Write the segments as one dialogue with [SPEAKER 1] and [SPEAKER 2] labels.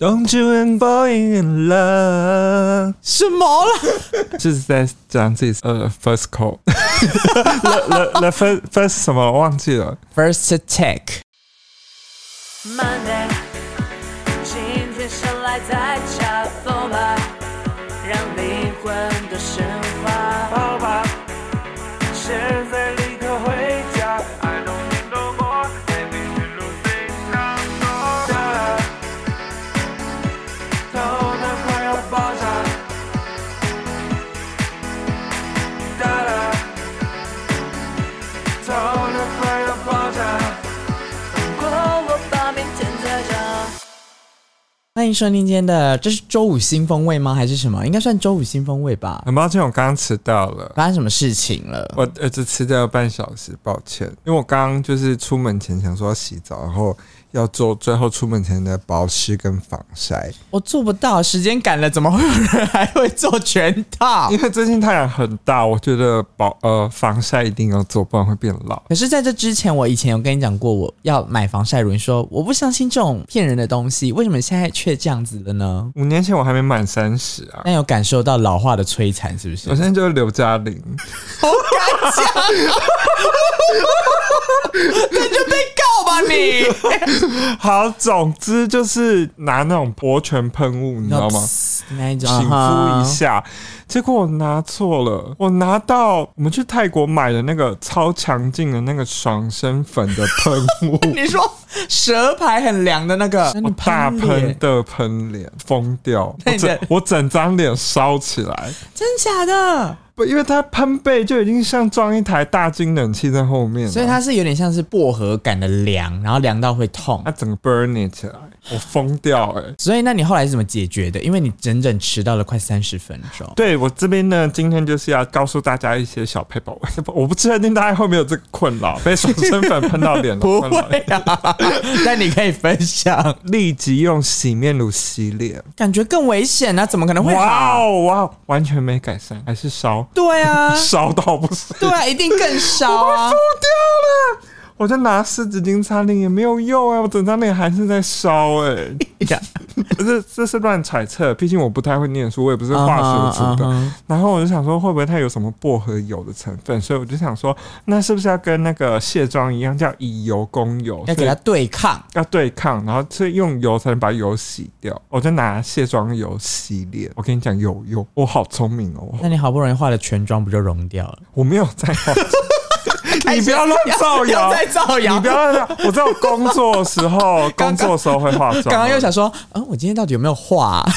[SPEAKER 1] Don't you and falling in love，
[SPEAKER 2] 什么了？
[SPEAKER 1] 就是在讲自己呃 first call，了了了 first first 什么忘记了，
[SPEAKER 2] First Take，
[SPEAKER 3] Monday，今天生来在恰逢吧，让灵魂的升华。好吧，现在立刻回家。I don't need no more, baby, you don't think I'm gonna. 头脑快要爆炸。哒啦，头脑快要爆炸。过我把明天再讲。
[SPEAKER 2] 欢迎收听今天的，这是周五新风味吗？还是什么？应该算周五新风味吧。
[SPEAKER 1] 很抱歉我刚刚迟到了。
[SPEAKER 2] 发生什么事情了？
[SPEAKER 1] 我呃只迟到了半小时，抱歉，因为我刚刚就是出门前想说要洗澡，然后要做最后出门前的保湿跟防晒，
[SPEAKER 2] 我做不到，时间赶了，怎么会有人还会做全套？
[SPEAKER 1] 因为最近太阳很大，我觉得保呃防晒一定要做，不然会变老。
[SPEAKER 2] 可是，在这之前，我以前有跟你讲过，我要买防晒乳，你说我不相信这种骗人的东西，为什么现在却这样子了呢？
[SPEAKER 1] 五年前我还没满三十啊，
[SPEAKER 2] 但有感受到老化的摧残，是不是
[SPEAKER 1] 我？现在就是刘嘉玲，
[SPEAKER 2] 好敢讲，那就被告吧你！
[SPEAKER 1] 好，总之就是拿那种薄泉喷雾，你知道吗？？
[SPEAKER 2] 那啊一种，
[SPEAKER 1] 醒肤一，下，结果我拿错了，我拿到我们去泰国买的那个超强劲的那个爽身粉的喷雾
[SPEAKER 2] 你说蛇牌很凉的那个，
[SPEAKER 1] 我大喷，的喷脸，疯掉，
[SPEAKER 2] 那
[SPEAKER 1] 我
[SPEAKER 2] 你的
[SPEAKER 1] 整我整张脸烧起来，
[SPEAKER 2] 真假的？
[SPEAKER 1] 不，因为它喷背就已经像装一台大金冷气在后面了，
[SPEAKER 2] 所以它是有点像是薄荷感的凉，然后凉到会痛
[SPEAKER 1] 它。整个 burn it 起来，我疯掉哎、
[SPEAKER 2] 所以，那你后来是怎么解决的？因为你整整迟到了快三十分钟。
[SPEAKER 1] 对我这边呢，今天就是要告诉大家一些小 paper，我不确定大家会不会有这个困扰，被爽身粉喷到脸的
[SPEAKER 2] 不
[SPEAKER 1] 困
[SPEAKER 2] 会
[SPEAKER 1] 扰。
[SPEAKER 2] 啊， 但你可以分享，
[SPEAKER 1] 立即用洗面乳洗脸，
[SPEAKER 2] 感觉更危险啊，怎么可能会
[SPEAKER 1] 哇
[SPEAKER 2] 好？
[SPEAKER 1] 哦哇哦，完全没改善，还是烧，
[SPEAKER 2] 对啊，
[SPEAKER 1] 烧到不行，
[SPEAKER 2] 对啊，一定更烧 啊！
[SPEAKER 1] 掉了。我就拿湿纸巾擦脸也没有用啊，我整张脸还是在烧哎、这这是乱揣测，毕竟我不太会念书，我也不是化学组的。
[SPEAKER 2] 嗯哼嗯哼
[SPEAKER 1] 然后我就想说，会不会它有什么薄荷油的成分？所以我就想说，那是不是要跟那个卸妆一样，叫以油攻油，所
[SPEAKER 2] 要给
[SPEAKER 1] 以
[SPEAKER 2] 它对抗，
[SPEAKER 1] 要对抗，然后所以用油才能把油洗掉。我就拿卸妆油洗脸，我跟你讲有用，我好聪明哦，
[SPEAKER 2] 那你好不容易化了全妆，不就融掉了？
[SPEAKER 1] 我没有在化 妆。 你不要乱造
[SPEAKER 2] 要
[SPEAKER 1] 谣，
[SPEAKER 2] 再造谣
[SPEAKER 1] 你不要乱造。我知道我工作的时候，工作的时候会化妆。
[SPEAKER 2] 刚刚又想说，嗯，我今天到底有没有化、啊？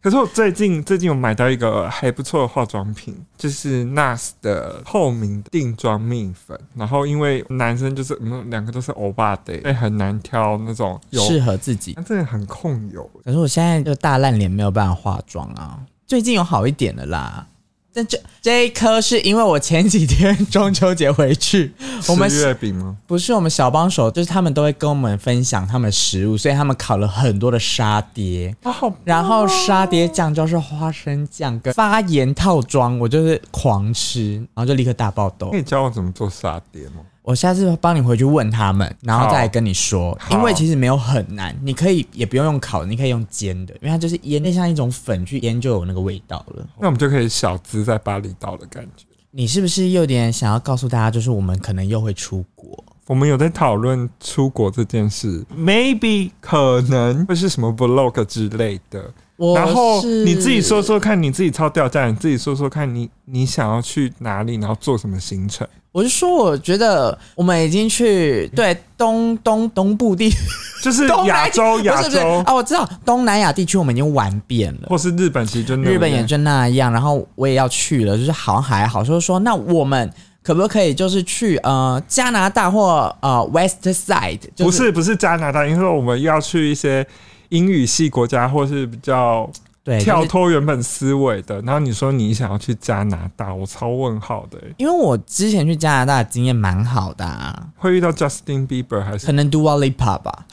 [SPEAKER 1] 可是我最近最近有买到一个呃还不错的化妆品，就是 NARS 的透明定妆蜜粉。然后因为男生就是我们两个都是欧巴的，所以很难挑那种油，
[SPEAKER 2] 适合自己
[SPEAKER 1] 它。真的很控油。
[SPEAKER 2] 可是我现在就大烂脸，没有办法化妆啊。最近有好一点了啦。但这这一颗是因为我前几天中秋节回去，我们
[SPEAKER 1] 吃月饼吗？
[SPEAKER 2] 不是我们小帮手，就是他们都会跟我们分享他们的食物，所以他们烤了很多的沙爹，
[SPEAKER 1] 啊，好
[SPEAKER 2] 然后沙爹酱就是花生酱跟发炎套装，我就是狂吃，然后就立刻大爆痘
[SPEAKER 1] 可。以教我怎么做沙爹吗？
[SPEAKER 2] 我下次帮你回去问他们，然后再来跟你说，
[SPEAKER 1] 好
[SPEAKER 2] 因为其实没有很难，你可以也不用用烤，你可以用煎的，因为它就是腌，那像一种粉去腌就有那个味道了。
[SPEAKER 1] 那我们就可以小资在巴厘岛的感觉。
[SPEAKER 2] 你是不是有点想要告诉大家，就是我们可能又会出国？
[SPEAKER 1] 我们有在讨论出国这件事，maybe 可能会是什么 vlog 之类的。
[SPEAKER 2] 我
[SPEAKER 1] 然后
[SPEAKER 2] 是
[SPEAKER 1] 你自己说说看，你自己超掉价，你自己说说看你你想要去哪里，然后做什么行程？
[SPEAKER 2] 我是说，我觉得我们已经去对东东东部地区，
[SPEAKER 1] 就是
[SPEAKER 2] 东南
[SPEAKER 1] 亚洲
[SPEAKER 2] 不
[SPEAKER 1] 亚
[SPEAKER 2] 是不是
[SPEAKER 1] 洲，
[SPEAKER 2] 啊，我知道东南亚地区我们已经玩遍了。
[SPEAKER 1] 或是日本，其实就那样
[SPEAKER 2] 日本也就那样，然后我也要去了，就是好像还好，就是说那我们可不可以就是去呃加拿大或呃 West Side？、就是、
[SPEAKER 1] 不是不是加拿大，因为我们要去一些英语系国家，或是比较
[SPEAKER 2] 对
[SPEAKER 1] 跳。
[SPEAKER 2] 就是
[SPEAKER 1] 脱原本思维的。然后你说你想要去加拿大，我超问号的、欸
[SPEAKER 2] 因为我之前去加拿大的经验蛮好的、啊，
[SPEAKER 1] 会遇到 Justin Bieber 还是
[SPEAKER 2] 可能 d u a l i p a 吧。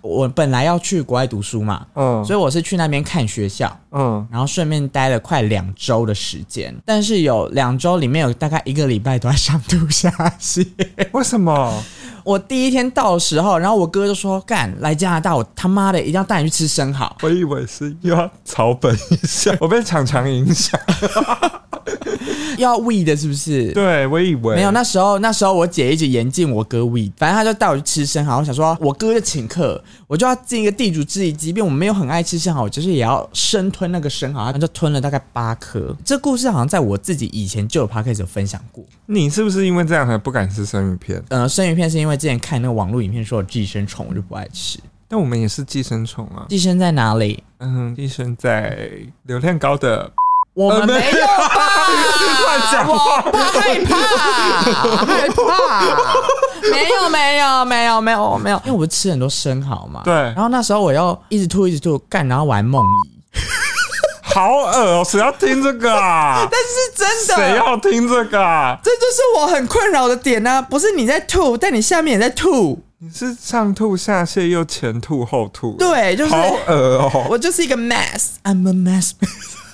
[SPEAKER 2] 我本来要去国外读书嘛，
[SPEAKER 1] 嗯
[SPEAKER 2] 所以我是去那边看学校，
[SPEAKER 1] 嗯
[SPEAKER 2] 然后顺便待了快两周的时间，但是有两周里面有大概一个礼拜都在上吐下泻。
[SPEAKER 1] 为什么？
[SPEAKER 2] 我第一天到的时候，然后我哥就说：“干，来加拿大，我他妈的一定要带你去吃生蚝。
[SPEAKER 1] 我以为是又要草本一下，我被强强影响。”
[SPEAKER 2] 要 we 的是不是？
[SPEAKER 1] 对，我以为
[SPEAKER 2] 没有，那时候那时候我姐一直严禁我哥 we，反正她就带我去吃生蚝。我想说，我哥就请客，我就要尽一个地主之谊，即便我没有很爱吃生蚝，我就是也要生吞那个生蚝。他就吞了大概八颗。这故事好像在我自己以前就有 p o d c a s 有分享过。
[SPEAKER 1] 你是不是因为这样才不敢吃生鱼片？
[SPEAKER 2] 呃，生鱼片是因为之前看那个网络影片说有寄生虫，我就不爱吃。
[SPEAKER 1] 但我们也是寄生虫啊，
[SPEAKER 2] 寄生在哪里？
[SPEAKER 1] 嗯，寄生在流量高的
[SPEAKER 2] 我
[SPEAKER 1] 呃
[SPEAKER 2] 们
[SPEAKER 1] 没
[SPEAKER 2] 没有吧？
[SPEAKER 1] 乱讲
[SPEAKER 2] 我
[SPEAKER 1] 话。
[SPEAKER 2] 不害怕，害怕。没有没有没有没有没有，因为我不是吃很多生蚝嘛。
[SPEAKER 1] 对
[SPEAKER 2] 然后那时候我又一直吐一直吐，干，然后玩梦遗。
[SPEAKER 1] 好恶哦，谁要听这个啊？
[SPEAKER 2] 但是真
[SPEAKER 1] 谁
[SPEAKER 2] 的，
[SPEAKER 1] 要听这个啊？
[SPEAKER 2] 这就是我很困扰的点呢、啊不是你在吐，但你下面也在吐。
[SPEAKER 1] 你是上吐下泻又前吐后吐，
[SPEAKER 2] 对就是
[SPEAKER 1] 好恶哦，
[SPEAKER 2] 我就是一个 mess，I'm a mess。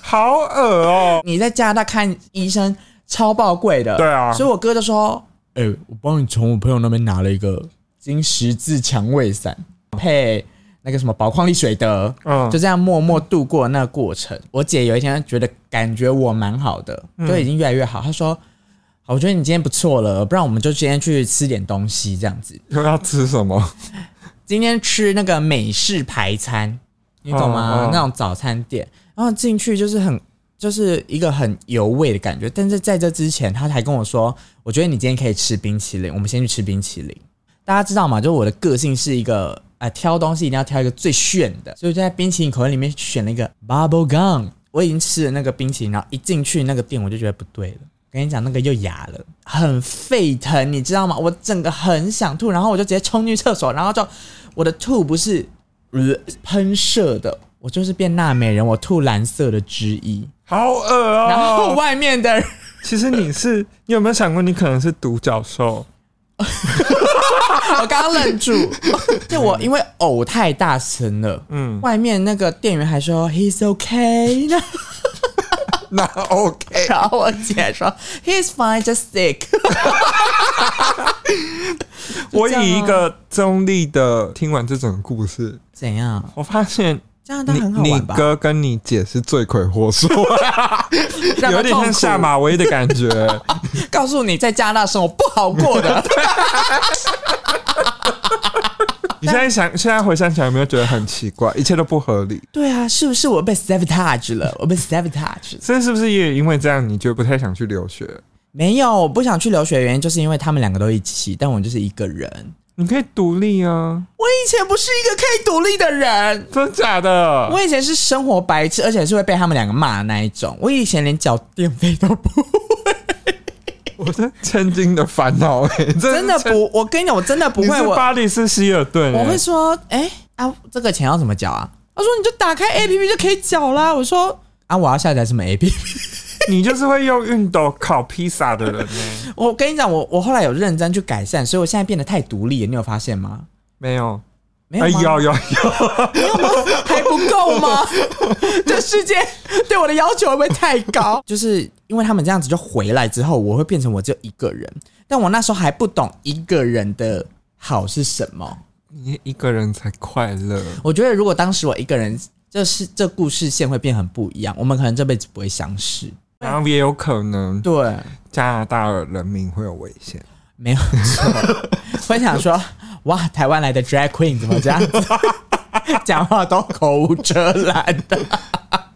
[SPEAKER 1] 好恶哦。
[SPEAKER 2] 你在加拿大看医生超爆贵的，
[SPEAKER 1] 对啊
[SPEAKER 2] 所以我哥就说：“哎、我帮你从我朋友那边拿了一个金十字蔷薇散，配那个什么宝矿力水的，
[SPEAKER 1] 嗯
[SPEAKER 2] 就这样默默度过那个过程。”我姐有一天觉得感觉我蛮好的，
[SPEAKER 1] 嗯
[SPEAKER 2] 就已经越来越好，她说。好我觉得你今天不错了，不然我们就今天去吃点东西这样子。
[SPEAKER 1] 又要吃什么？
[SPEAKER 2] 今天吃那个美式排餐，你懂吗？
[SPEAKER 1] 嗯嗯
[SPEAKER 2] 那种早餐店，然后进去就是很就是一个很油味的感觉。但是在这之前，他还跟我说，我觉得你今天可以吃冰淇淋，我们先去吃冰淇淋。大家知道嘛？就是我的个性是一个啊、呃挑东西一定要挑一个最炫的，所以我就在冰淇淋口味里面选了一个 bubble gum。我已经吃了那个冰淇淋，然后一进去那个店我就觉得不对了。跟你讲，那个又哑了，很沸腾，你知道吗？我整个很想吐，然后我就直接冲去厕所，然后就我的吐不是呃喷射的，我就是变娜美人，我吐蓝色的汁液，
[SPEAKER 1] 好恶哦。
[SPEAKER 2] 然后外面的人
[SPEAKER 1] 其实你是，你有没有想过你可能是独角兽？
[SPEAKER 2] 我刚刚愣住，就我因为呕太大声了，嗯，外面那个店员还说 he's okay，
[SPEAKER 1] 那 OK，
[SPEAKER 2] 然后我姐还说 he's fine，just sick，
[SPEAKER 1] 我
[SPEAKER 2] 这样啊
[SPEAKER 1] 以一个中立的听完这整个故事，
[SPEAKER 2] 怎样？
[SPEAKER 1] 我发现
[SPEAKER 2] 加拿大
[SPEAKER 1] 你
[SPEAKER 2] 很好
[SPEAKER 1] 你
[SPEAKER 2] 玩吧？
[SPEAKER 1] 哥跟你姐是罪魁祸首，
[SPEAKER 2] 让他
[SPEAKER 1] 有点
[SPEAKER 2] 痛
[SPEAKER 1] 像
[SPEAKER 2] 苦
[SPEAKER 1] 下马威的感 觉。
[SPEAKER 2] 告诉你，在加拿大生活不好过 的。
[SPEAKER 1] 你现在想，现在回想起来，有没有觉得很奇怪？一切都不合理。
[SPEAKER 2] 对啊，是不是我被 sabotage 了？我被 sabotage 了。
[SPEAKER 1] 所以是不是也因为这样，你就不太想去留学？
[SPEAKER 2] 没有，我不想去留学的原因就是因为他们两个都一起，但我就是一个人。
[SPEAKER 1] 你可以独立啊，
[SPEAKER 2] 我以前不是一个可以独立的人，
[SPEAKER 1] 真假的？
[SPEAKER 2] 我以前是生活白痴，而且是会被他们两个骂的那一种。我以前连缴电费都不，
[SPEAKER 1] 我是千金的烦恼哎，
[SPEAKER 2] 真的
[SPEAKER 1] 是千。
[SPEAKER 2] 不，我跟你讲，我真的不
[SPEAKER 1] 你
[SPEAKER 2] 会，
[SPEAKER 1] 是
[SPEAKER 2] 我
[SPEAKER 1] 巴黎是希尔顿、欸，
[SPEAKER 2] 我会说，哎、啊，这个钱要怎么缴啊？他说你就打开 A P P 就可以缴啦。我说啊，我要下载什么 A P P？
[SPEAKER 1] 你就是会用熨斗烤披萨的人、欸。
[SPEAKER 2] 我跟你讲，我我后来有认真去改善，所以我现在变得太独立了，你有发现吗？
[SPEAKER 1] 没有，
[SPEAKER 2] 没有
[SPEAKER 1] 哎
[SPEAKER 2] 吗？
[SPEAKER 1] 有有有，
[SPEAKER 2] 还不够 吗？这世界对我的要求会不会太高？ 就是因为他们这样子就回来之后，我会变成我只有一个人，但我那时候还不懂一个人的好是什么。
[SPEAKER 1] 你一个人才快乐。
[SPEAKER 2] 我觉得如果当时我一个人，这是这故事线会变很不一样，我们可能这辈子不会相识。
[SPEAKER 1] 然后也有可能
[SPEAKER 2] 对，
[SPEAKER 1] 加拿大的人民会有危险。
[SPEAKER 2] 没有错。会想说，哇，台湾来的 drag queen 怎么这样子？ 讲话都口无遮拦的。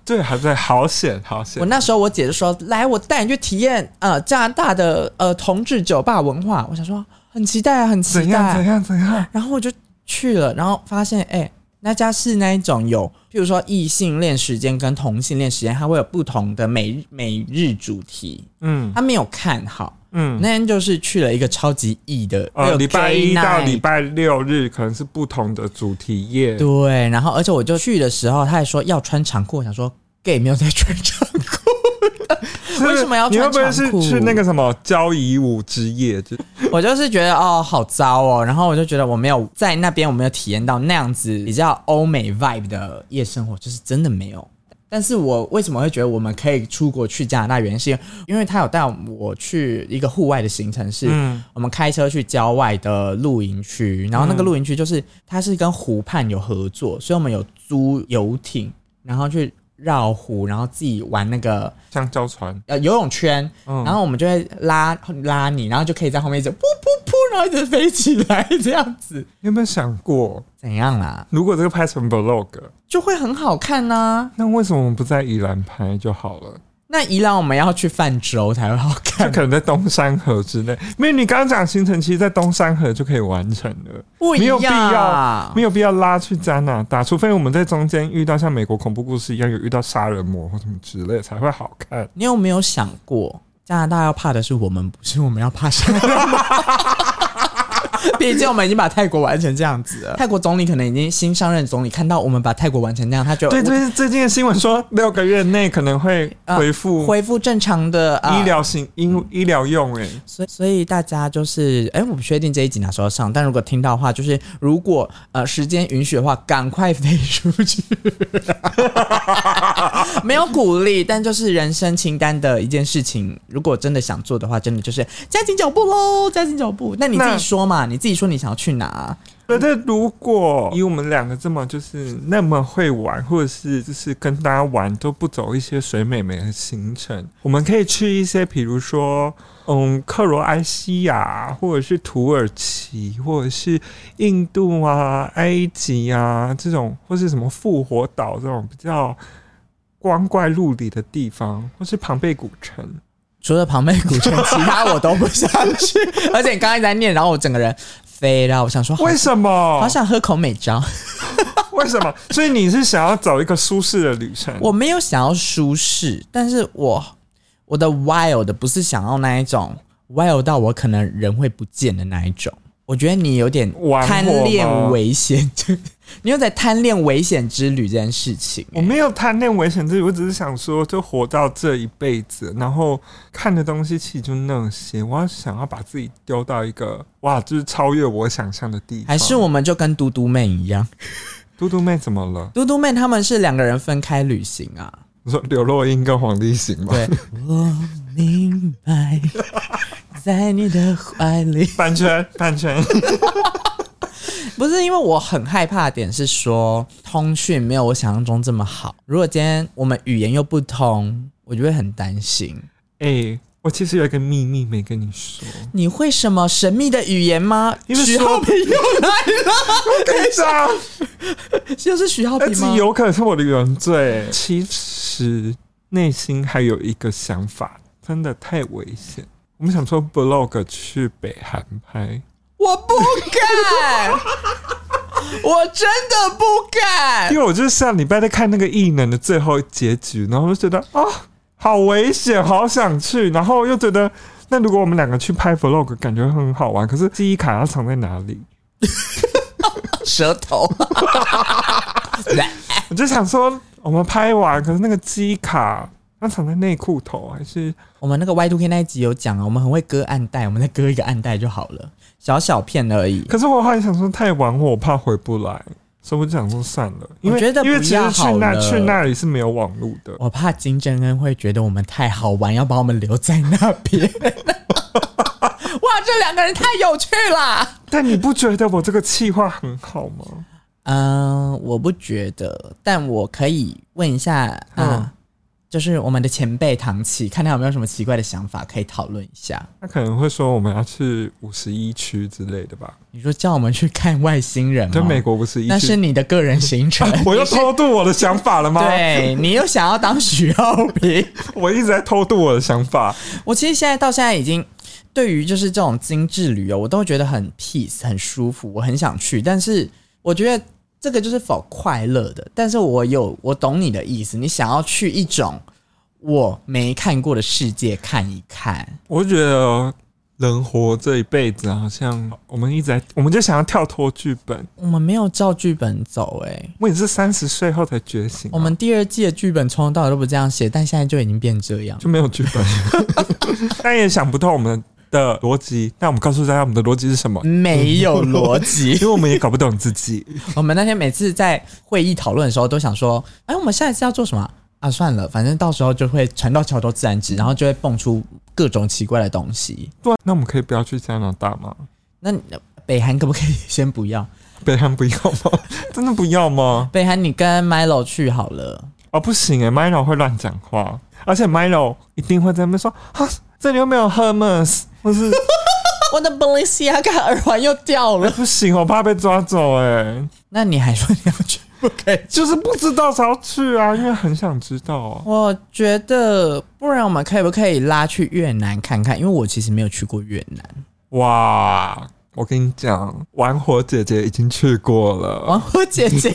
[SPEAKER 1] 对，还在好险好险
[SPEAKER 2] 我。那时候我姐就说：“来，我带你去体验呃加拿大的呃同志酒吧文化。”我想说很期待啊，很
[SPEAKER 1] 怎
[SPEAKER 2] 期
[SPEAKER 1] 样怎
[SPEAKER 2] 待。
[SPEAKER 1] 样怎样？
[SPEAKER 2] 然后我就去了，然后发现哎、那家是那一种有，譬如说异性恋时间跟同性恋时间，它会有不同的每每日主题，
[SPEAKER 1] 嗯
[SPEAKER 2] 它没有看好。
[SPEAKER 1] 嗯，
[SPEAKER 2] 那天就是去了一个超级 E 的，会
[SPEAKER 1] 呃，
[SPEAKER 2] 有
[SPEAKER 1] 礼拜一
[SPEAKER 2] gay
[SPEAKER 1] 到
[SPEAKER 2] night
[SPEAKER 1] 礼拜六日可能是不同的主题夜。
[SPEAKER 2] 对，然后而且我就去的时候，他还说要穿长裤，我想说 gay 没有在穿长裤。
[SPEAKER 1] 是
[SPEAKER 2] 为什么要
[SPEAKER 1] 你会
[SPEAKER 2] 穿
[SPEAKER 1] 不会是
[SPEAKER 2] 长裤
[SPEAKER 1] 去那个什么交谊舞之夜？就
[SPEAKER 2] 我就是觉得哦，好糟哦，然后我就觉得我没有在那边，我没有体验到那样子比较欧美 vibe 的夜生活，就是真的没有。但是我为什么会觉得我们可以出国去加拿大？原因是因为他有带我去一个户外的行程是，
[SPEAKER 1] 嗯
[SPEAKER 2] 我们开车去郊外的露营区，然后那个露营区就是它是跟湖畔有合作，所以我们有租游艇，然后去绕湖，然后自己玩那个
[SPEAKER 1] 像交船，
[SPEAKER 2] 呃游泳圈，
[SPEAKER 1] 嗯
[SPEAKER 2] 然后我们就会拉拉你，然后就可以在后面一直噗噗噗，然后一直飞起来这样子，
[SPEAKER 1] 你有没有想过，
[SPEAKER 2] 怎样啦？
[SPEAKER 1] 如果这个拍成 vlog，
[SPEAKER 2] 就会很好看呐、
[SPEAKER 1] 那为什么我们不在宜兰拍就好了？
[SPEAKER 2] 那宜兰我们要去泛舟才会好
[SPEAKER 1] 就
[SPEAKER 2] 看，
[SPEAKER 1] 可能在东山河之内，没有你刚刚讲行程，其实在东山河就可以完成了，
[SPEAKER 2] 不 一
[SPEAKER 1] 没有必要
[SPEAKER 2] 样，
[SPEAKER 1] 没有必要拉去加拿大，除非我们在中间遇到像美国恐怖故事一样有遇到杀人魔或什么之类才会好看。
[SPEAKER 2] 你有没有想过，加拿大要怕的是我们，不是我们要怕什么？ 毕竟我们已经把泰国玩成这样子了，泰国总理可能已经新上任总理看到我们把泰国玩成这样，他就
[SPEAKER 1] 对，最最近的新闻说，六个月内可能呃会啊恢复
[SPEAKER 2] 恢复正常的、呃、
[SPEAKER 1] 医。疗型医医疗用、欸，
[SPEAKER 2] 所以所以大家就是，哎、我不确定这一集哪时候上，但如果听到的话，就是如果呃时间允许的话，赶快飞出去。 没有鼓励，但就是人生清单的一件事情。如果真的想做的话，真的就是加紧脚步喽，加紧脚步。那你自
[SPEAKER 1] 那
[SPEAKER 2] 己说嘛，你自己说你想要去哪？啊
[SPEAKER 1] 对对，如果以我们两个这么就是那么会玩，或者是就是跟大家玩都不走一些水美美的行程，我们可以去一些，比如说嗯，克罗埃西亚，或者是土耳其，或者是印度啊、埃及啊这种，或是什么复活岛这种比较光怪陆离的地方，或是庞贝古城。
[SPEAKER 2] 除了庞贝古城，其他我都不想去。 而且你刚才在念，然后我整个人飞了，我想说好，
[SPEAKER 1] 为什么？
[SPEAKER 2] 好想喝口美招。
[SPEAKER 1] 为什么？所以你是想要走一个舒适的旅程？
[SPEAKER 2] 我没有想要舒适，但是我我的 wild 不是想要那一种 wild 到我可能人会不见的那一种。我觉得你有点
[SPEAKER 1] 玩火
[SPEAKER 2] 贪
[SPEAKER 1] 吗
[SPEAKER 2] 恋危险， 你又在贪恋危险之旅这件事情、
[SPEAKER 1] 我没有贪恋危险之旅，我只是想说，就活到这一辈子，然后看的东西其实就那些。我要想要把自己丢到一个哇，就是超越我想象的地方。
[SPEAKER 2] 还是我们就跟嘟嘟妹一样，
[SPEAKER 1] 嘟嘟妹怎么了？
[SPEAKER 2] 嘟嘟妹他们是两个人分开旅行 啊。
[SPEAKER 1] 你说刘若英跟黄立行吗？
[SPEAKER 2] 对，我明白， 在你的怀里。
[SPEAKER 1] 版权，版权。
[SPEAKER 2] 不是因为我很害怕的点是说，通讯没有我想象中这么好。如果今天我们语言又不通，我就会很担心。
[SPEAKER 1] 哎、我其实有一个秘密没跟你 说。
[SPEAKER 2] 你会什么神秘的语言吗？
[SPEAKER 1] 因为
[SPEAKER 2] 许
[SPEAKER 1] 说
[SPEAKER 2] 浩平又来了，
[SPEAKER 1] 跟你讲，
[SPEAKER 2] 又是许浩
[SPEAKER 1] 啊而
[SPEAKER 2] 平
[SPEAKER 1] 且
[SPEAKER 2] 吗？
[SPEAKER 1] 有可能是我的原罪。其实内心还有一个想法，真的太危险。我们想说 blog 去北韩拍。
[SPEAKER 2] 我不敢，我真的不 敢
[SPEAKER 1] 因。为我就是上礼拜在看那个异能的最后结局，然后就觉得啊、好危险，好想去，然后又觉得那如果我们两个去拍 vlog，感觉很好玩，可是记忆卡要藏在哪里？
[SPEAKER 2] 舌头，
[SPEAKER 1] 我就想说，哦我们拍完，可是那个记忆卡要藏在内裤头还是？
[SPEAKER 2] 我们那个 Y Two K 那一集有讲啊，我们很会割暗带，我们再割一个暗带就好了，小小片而已。
[SPEAKER 1] 可是我后来想说，太晚我怕回不来，所以我就想说算了，因为
[SPEAKER 2] 我觉得不
[SPEAKER 1] 因为其
[SPEAKER 2] 要
[SPEAKER 1] 实去
[SPEAKER 2] 好
[SPEAKER 1] 那
[SPEAKER 2] 了
[SPEAKER 1] 去那里是没有网路的，
[SPEAKER 2] 我怕金正恩会觉得我们太好玩，要把我们留在那边。 哇，这两个人太有趣了。
[SPEAKER 1] 但你不觉得我这个计划很好吗？
[SPEAKER 2] 嗯、我不觉得，但我可以问一下啊、
[SPEAKER 1] 嗯
[SPEAKER 2] 就是我们的前辈唐琪，看他有没有什么奇怪的想法可以讨论一下。
[SPEAKER 1] 他可能会说我们要去五十一区之类的吧。
[SPEAKER 2] 你说叫我们去看外星人吗？
[SPEAKER 1] 在美国不是一
[SPEAKER 2] 那
[SPEAKER 1] 直
[SPEAKER 2] 是你的个人行程。
[SPEAKER 1] 我又偷渡我的想法了吗？，
[SPEAKER 2] 对你又想要当许浩平。
[SPEAKER 1] 我一直在偷渡我的想法。
[SPEAKER 2] 我其实现在到现在已经对于就是这种精致旅游，我都会觉得很 peace 很舒服，我很想去。但是我觉得这个就是否快乐的，但是我有我懂你的意思，你想要去一种我没看过的世界看一看。
[SPEAKER 1] 我觉得人活这一辈子，好像我们一直在，我们就想要跳脱剧本。
[SPEAKER 2] 我们没有照剧本走、欸，诶，
[SPEAKER 1] 我也是三十岁后才觉醒啊、
[SPEAKER 2] 我们第二季的剧本从头到尾都不这样写，但现在就已经变这样。
[SPEAKER 1] 就没有剧 本，但也想不透我们的逻辑。那我们告诉大家，我们的逻辑是什
[SPEAKER 2] 嗯
[SPEAKER 1] 么？
[SPEAKER 2] 没有逻辑
[SPEAKER 1] 因，为我们也搞不懂自己。
[SPEAKER 2] 我们那天每次在会议讨论的时候，都想说，哎，我们下一次要做什么啊？啊，算了，反正到时候就会船到桥头自然直，然后就会蹦出各种奇怪的东西。
[SPEAKER 1] 对啊，那我们可以不要去加拿大吗？
[SPEAKER 2] 那你北韩可不可以先不要？
[SPEAKER 1] 北韩不要吗？真的不要吗？
[SPEAKER 2] 北韩你跟 Milo 去好了，
[SPEAKER 1] 哦，不行哎、m i l o 会乱讲话，而且 Milo 一定会在那边说啊，这里又没有 Hermes，或是 哎
[SPEAKER 2] 我的 Balenciaga 耳环又掉了。
[SPEAKER 1] 不行，我怕被抓走哎、
[SPEAKER 2] 那你还说你要去？不可以？
[SPEAKER 1] 就是不知道才要去啊，因为很想知道啊。
[SPEAKER 2] 我觉得，不然我们可以不可以拉去越南看看？因为我其实没有去过越南。
[SPEAKER 1] 哇，我跟你讲，玩火姐姐已经去过了，
[SPEAKER 2] 玩火姐 姐，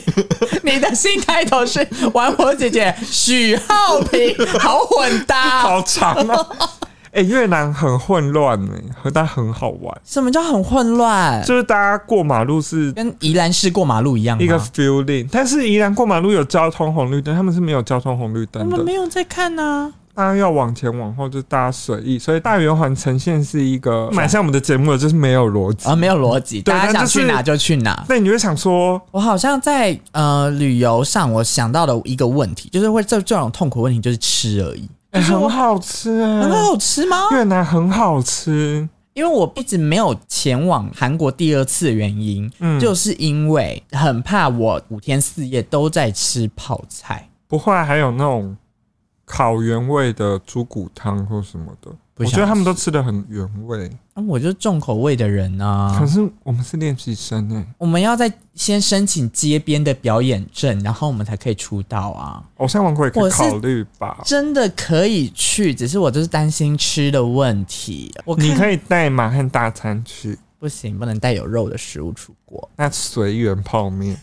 [SPEAKER 2] 你的新开头是玩火姐姐许浩平，好混搭。
[SPEAKER 1] 好长啊！哎、越南很混乱哎、欸，但很好玩，
[SPEAKER 2] 什么叫很混乱？
[SPEAKER 1] 就是大家过马路是
[SPEAKER 2] 跟宜兰市过马路一样吗？
[SPEAKER 1] 一个 feeling，但是宜兰过马路有交通红绿灯，他们是没有交通红绿
[SPEAKER 2] 他
[SPEAKER 1] 灯
[SPEAKER 2] 们
[SPEAKER 1] 的
[SPEAKER 2] 没，有在看啊呢、
[SPEAKER 1] 大家要往前往后就大家随意，所以大圆环呈现是一个蛮像我们的节目的，就是没有逻辑。
[SPEAKER 2] 啊，没有逻辑，
[SPEAKER 1] 对
[SPEAKER 2] 大
[SPEAKER 1] 但
[SPEAKER 2] 家想
[SPEAKER 1] 就是
[SPEAKER 2] 去哪就去哪。
[SPEAKER 1] 那你就会想说，
[SPEAKER 2] 我好像在呃旅游上，我想到的一个问题，就是会这这种痛苦的问题就是吃而已，
[SPEAKER 1] 哎、很好吃哎、
[SPEAKER 2] 很好吃吗？
[SPEAKER 1] 越南很好吃，
[SPEAKER 2] 因为我一直没有前往韩国第二次的原因，
[SPEAKER 1] 嗯
[SPEAKER 2] 就是因为很怕我五天四夜都在吃泡菜，
[SPEAKER 1] 不会还有那种烤原味的猪骨汤或什么的，
[SPEAKER 2] 不
[SPEAKER 1] 我
[SPEAKER 2] 想
[SPEAKER 1] 觉得他们都吃的很原味。
[SPEAKER 2] 啊我就重口味的人
[SPEAKER 1] 可
[SPEAKER 2] 啊。
[SPEAKER 1] 是我们是练习生哎、
[SPEAKER 2] 我们要在先申请街边的表演证，然后我们才可以出道啊。
[SPEAKER 1] 偶像王国也可
[SPEAKER 2] 我
[SPEAKER 1] 以
[SPEAKER 2] 是
[SPEAKER 1] 考虑吧。
[SPEAKER 2] 真的可以去，只是我就是担心吃的问题。我
[SPEAKER 1] 你
[SPEAKER 2] 以
[SPEAKER 1] 可以带满汉大餐去，
[SPEAKER 2] 不行，不能带有肉的食物出国，
[SPEAKER 1] 那随缘泡面。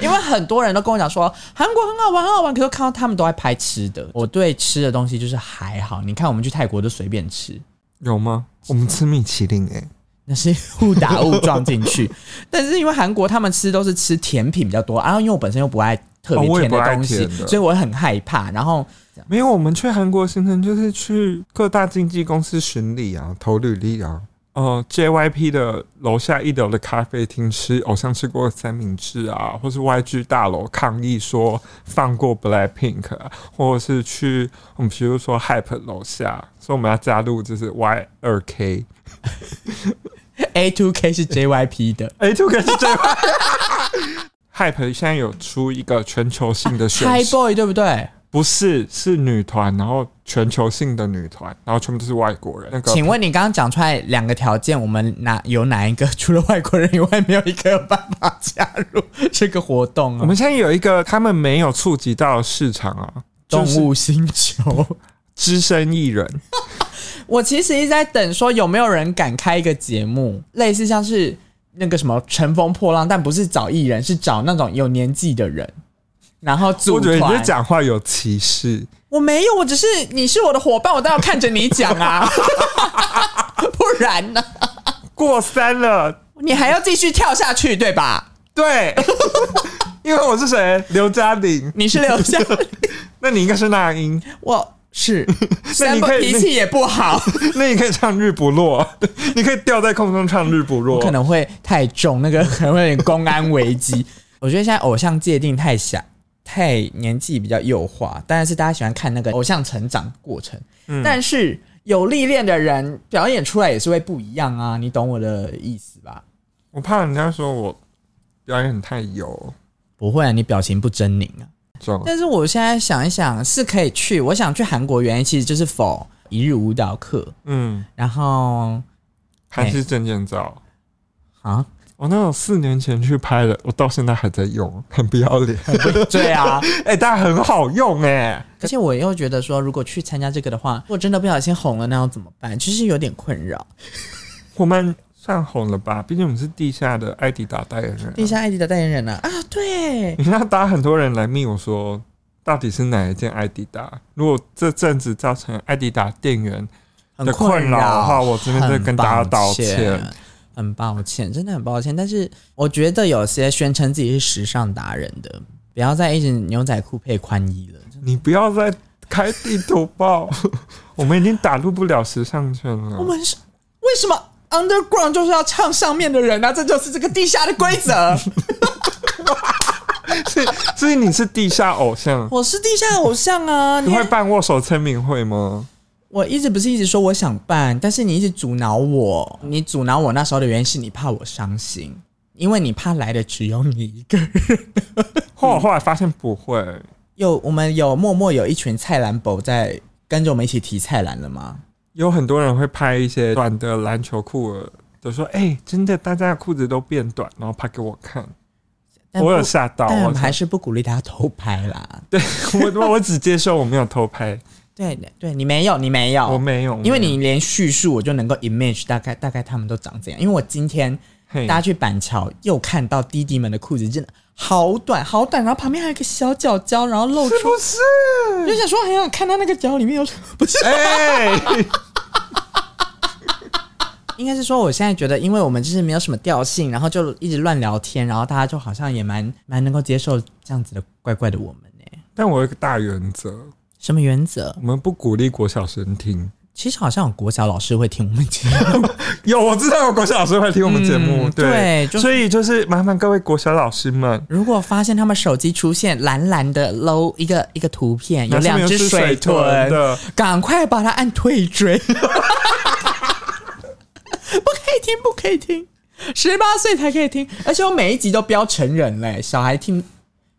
[SPEAKER 2] 因为很多人都跟我讲说韩国很好玩，很好玩。可是看到他们都在拍吃的，我对吃的东西就是还好。你看我们去泰国就随便吃，
[SPEAKER 1] 有吗？我们吃米其林哎、
[SPEAKER 2] 那是 误打误撞进去。但是因为韩国他们吃都是吃甜品比较多，啊然后因为我本身又不爱特别
[SPEAKER 1] 哦我也
[SPEAKER 2] 甜的
[SPEAKER 1] 不爱
[SPEAKER 2] 东西，
[SPEAKER 1] 甜的
[SPEAKER 2] 所以我很害怕。然后
[SPEAKER 1] 没有，我们去韩国行程就是去各大经纪公司巡礼啊，投履历啊。呃，JYP 的楼下一楼的咖啡厅吃偶像吃过的三明治啊，或是 YG 大楼抗议说放过 BLACKPINK，、啊、或者是去我们比如说 Hype 楼下，所以我们要加入就是 Y 二 K，
[SPEAKER 2] A Two K 是 JYP 的。
[SPEAKER 1] 哎，这个是 JYP。Hype 现在有出一个全球性的选
[SPEAKER 2] Hi
[SPEAKER 1] 秀，
[SPEAKER 2] Boy 对不对？
[SPEAKER 1] 不是，是女团，然后全球性的女团，然后全部都是外国人。那个
[SPEAKER 2] 请问你刚刚讲出来两个条件，我们哪有哪一个除了外国人以外，没有一个有办法加入这个活动
[SPEAKER 1] 我
[SPEAKER 2] 啊？
[SPEAKER 1] 们现在有一个他们没有触及到的市场啊，就
[SPEAKER 2] 动
[SPEAKER 1] 是
[SPEAKER 2] 物星球，
[SPEAKER 1] 只身一人。
[SPEAKER 2] 我其实一直在等，说有没有人敢开一个节目，类似像是那个什么《乘风破浪》，但不是找艺人，是找那种有年纪的人，然后组
[SPEAKER 1] 我觉得你这
[SPEAKER 2] 团。
[SPEAKER 1] 讲话有歧视，
[SPEAKER 2] 我没有，我只是你是我的伙伴，我当然要看着你讲啊， 不然呢？
[SPEAKER 1] 过三了，
[SPEAKER 2] 你还要继续跳下去，对吧？
[SPEAKER 1] 对， 因为我是谁？刘嘉玲，
[SPEAKER 2] 你是 留下。
[SPEAKER 1] 那你应该是那英，
[SPEAKER 2] 我是
[SPEAKER 1] 那
[SPEAKER 2] 三
[SPEAKER 1] 你
[SPEAKER 2] 不
[SPEAKER 1] 可以
[SPEAKER 2] 脾气也不好，
[SPEAKER 1] 那你可以唱《日不落》， 你可以吊在空中唱《日不落
[SPEAKER 2] 可》。能会太重，那个 可能会有点公安危机。 我觉得现在偶像界定太狭，太年纪比较幼化，当然是大家喜欢看那个偶像成长过程，但是有历练的人表演出来也是会不一样啊，你懂我的意思吧？
[SPEAKER 1] 我怕人家说我表演太油
[SPEAKER 2] 不会、啊，你表情不狰狞啊。
[SPEAKER 1] 重，
[SPEAKER 2] 但是我现在想一想，是可以去。我想去韩国，原因其实就是否一日舞蹈课，
[SPEAKER 1] 嗯，
[SPEAKER 2] 然后
[SPEAKER 1] 还
[SPEAKER 2] 哎
[SPEAKER 1] 是证件照。
[SPEAKER 2] 啊，
[SPEAKER 1] 我哦那种四年前去拍的，我到现在还在用，很不要脸。
[SPEAKER 2] 对啊，
[SPEAKER 1] 哎、但很好用哎、
[SPEAKER 2] 而且我又觉得说，如果去参加这个的话，如果真的不小心红了，那要怎么办？其实有点困扰。
[SPEAKER 1] 我们算红了吧？毕竟我们是地下的艾迪达代言人、啊
[SPEAKER 2] 地，下艾迪的代言人呢、啊？对，
[SPEAKER 1] 你知道，大家很多人来密我说，到底是哪一件艾迪达？如果这阵子造成艾迪达店员
[SPEAKER 2] 很
[SPEAKER 1] 的困扰的话我这边再跟大家道歉
[SPEAKER 2] 很抱歉。很抱歉，真的很抱歉。但是我觉得有些宣称自己是时尚达人的，不要再一直牛仔裤配宽衣了。
[SPEAKER 1] 你不要再开地图报， 我们已经打入不了时尚圈
[SPEAKER 2] 我
[SPEAKER 1] 了。
[SPEAKER 2] 们是为什么 underground 就是要唱上面的人啊？这就是这个地下的规则。
[SPEAKER 1] 所以所以你是地下偶像，
[SPEAKER 2] 我是地下偶像啊！
[SPEAKER 1] 你
[SPEAKER 2] 你
[SPEAKER 1] 会办握手签名会吗？
[SPEAKER 2] 我一直不是一直说我想办，但是你一直阻挠我。你阻挠我那时候的原因是你怕我伤心，因为你怕来的只有你一个人。
[SPEAKER 1] 后我后来发现不会，
[SPEAKER 2] 有我们有默默有一群菜篮狗在跟着我们一起提菜篮了吗？
[SPEAKER 1] 有很多人会拍一些短的篮球裤了，就说：“哎、真的，大家的裤子都变短。”然后拍给我看，
[SPEAKER 2] 但
[SPEAKER 1] 我有
[SPEAKER 2] 不
[SPEAKER 1] 吓到，
[SPEAKER 2] 但我
[SPEAKER 1] 我
[SPEAKER 2] 们还是不鼓励大家偷拍啦。
[SPEAKER 1] 对 我我我只接受我没有偷拍，
[SPEAKER 2] 对对，你没有，你没有，
[SPEAKER 1] 我没有，
[SPEAKER 2] 因为
[SPEAKER 1] 没有
[SPEAKER 2] 你连叙述我就能够 image 大概大概他们都长怎样。因为我今天
[SPEAKER 1] 嘿
[SPEAKER 2] 大家去板桥又看到弟弟们的裤子真的好短好短，然后旁边还有一个小脚脚，然后露出
[SPEAKER 1] 是，不是？
[SPEAKER 2] 我就想说很想看他那个脚里面有 什么，不是？
[SPEAKER 1] 哎、
[SPEAKER 2] 应该是说我现在觉得，因为我们就是没有什么调性，然后就一直乱聊天，然后大家就好像也蛮蛮能够接受这样子的怪怪的我们呢、
[SPEAKER 1] 但我有一个大原则，
[SPEAKER 2] 什么原则
[SPEAKER 1] 我？们不鼓励国小生听。
[SPEAKER 2] 其实好像有国小老师会听我们节 目，
[SPEAKER 1] 有，我知道有国小老师会听我们节目，
[SPEAKER 2] 嗯对
[SPEAKER 1] 对，
[SPEAKER 2] 就是
[SPEAKER 1] 所以就是麻烦各位国小老师们，
[SPEAKER 2] 如果发现他们手机出现蓝蓝的 low 一个一个图片，有
[SPEAKER 1] 哪是
[SPEAKER 2] 两
[SPEAKER 1] 没有
[SPEAKER 2] 只
[SPEAKER 1] 吃
[SPEAKER 2] 水
[SPEAKER 1] 水
[SPEAKER 2] 豚
[SPEAKER 1] 豚的
[SPEAKER 2] 赶快把它按退 追，不可以听，不可以听，十八岁才可以听，而且我每一集都标成人嘞，小孩听，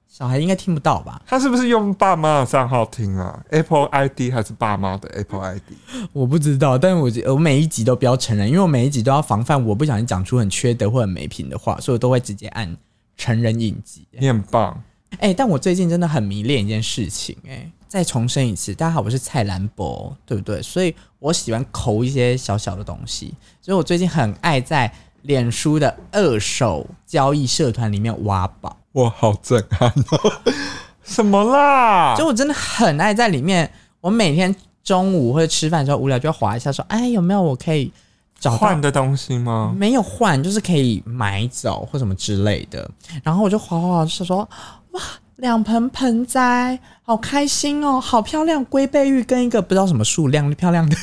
[SPEAKER 2] 小孩应该听不到吧？
[SPEAKER 1] 他是不是用爸妈的账号听啊？Apple ID 还是爸妈的 Apple ID？
[SPEAKER 2] 我不知道，但我觉我每一集都标成人，因为我每一集都要防范我不小心讲出很缺德或很没品的话，所以我都会直接按成人影集。
[SPEAKER 1] 你很棒，
[SPEAKER 2] 哎、但我最近真的很迷恋一件事情、哎，再重申一次，大家好，我是蔡兰博，对不对？所以我喜欢抠一些小小的东西，所以我最近很爱在脸书的二手交易社团里面挖宝，
[SPEAKER 1] 我好震撼哦！ 什么啦？
[SPEAKER 2] 所以我真的很爱在里面，我每天中午或者吃饭的时候无聊就会划一下，说，哎，有没有我可以找到
[SPEAKER 1] 换的东西吗？
[SPEAKER 2] 没有换，就是可以买走或什么之类的。然后我就滑滑滑，就说哇，两盆盆栽，好开心哦，好漂亮，龟背玉跟一个不知道什么数量漂亮的，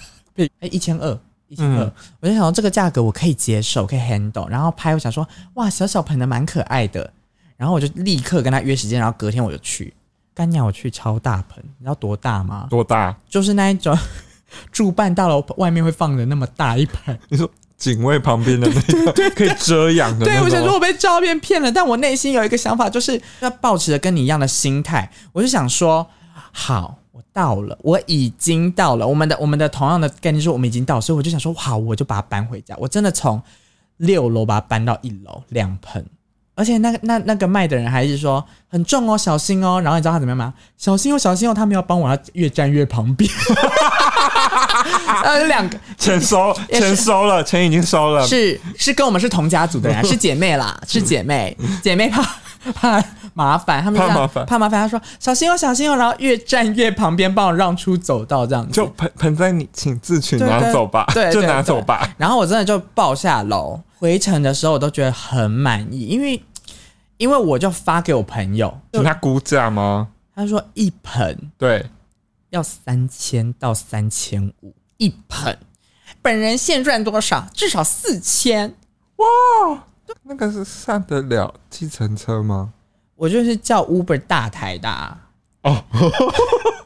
[SPEAKER 2] 哎，一千二。一千二
[SPEAKER 1] 嗯，
[SPEAKER 2] 我就想说这个价格我可以接受，可以 handle。然后拍，我想说，哇，小小盆的蛮可爱的。然后我就立刻跟他约时间，然后隔天我就去。干娘，我去超大盆，你知道多大吗？
[SPEAKER 1] 多大？
[SPEAKER 2] 就是那一种 住办大楼外面会放的那么大一盆。
[SPEAKER 1] 你说警卫旁边的那个可以遮阳的那
[SPEAKER 2] 对，
[SPEAKER 1] 种？
[SPEAKER 2] 我想说我被照片骗了，但我内心有一个想法，就是要保持着跟你一样的心态。我就想说，好，我到了，我已经到了。我们的我们的同样的概念是我们已经到了，所以我就想说，好，我就把它搬回家。我真的从六楼把它搬到一楼，两盆。而且那个那那个卖的人还是说很重哦，小心哦。然后你知道他怎么样吗？小心哦，小心哦，他没有帮我，他越站越旁边。 呃，两个
[SPEAKER 1] 钱收，
[SPEAKER 2] 也是
[SPEAKER 1] 钱收了，钱已经收了。
[SPEAKER 2] 是是跟我们是同家族的 人啊，是姐妹啦，是姐妹，姐妹怕 怕麻烦，他们
[SPEAKER 1] 怕
[SPEAKER 2] 这样
[SPEAKER 1] 麻烦
[SPEAKER 2] 怕麻烦。她说小心哦，小心哦，然后越站越旁边，帮我让出走道这样子。
[SPEAKER 1] 就盆盆栽，你请自取
[SPEAKER 2] 对
[SPEAKER 1] 拿
[SPEAKER 2] 对
[SPEAKER 1] 走吧，
[SPEAKER 2] 对，
[SPEAKER 1] 就
[SPEAKER 2] 对
[SPEAKER 1] 拿走。
[SPEAKER 2] 对
[SPEAKER 1] 吧。
[SPEAKER 2] 然后我真的就抱下楼，回程的时候我都觉得很满意，因为因为我就发给我朋友，
[SPEAKER 1] 请他估价吗？
[SPEAKER 2] 他说一盆
[SPEAKER 1] 对，
[SPEAKER 2] 要三千到三千五一盆，本人现赚多少？至少四千。
[SPEAKER 1] 那个是上得了计程车吗？
[SPEAKER 2] 我就是叫 Uber 大台的、啊、哦，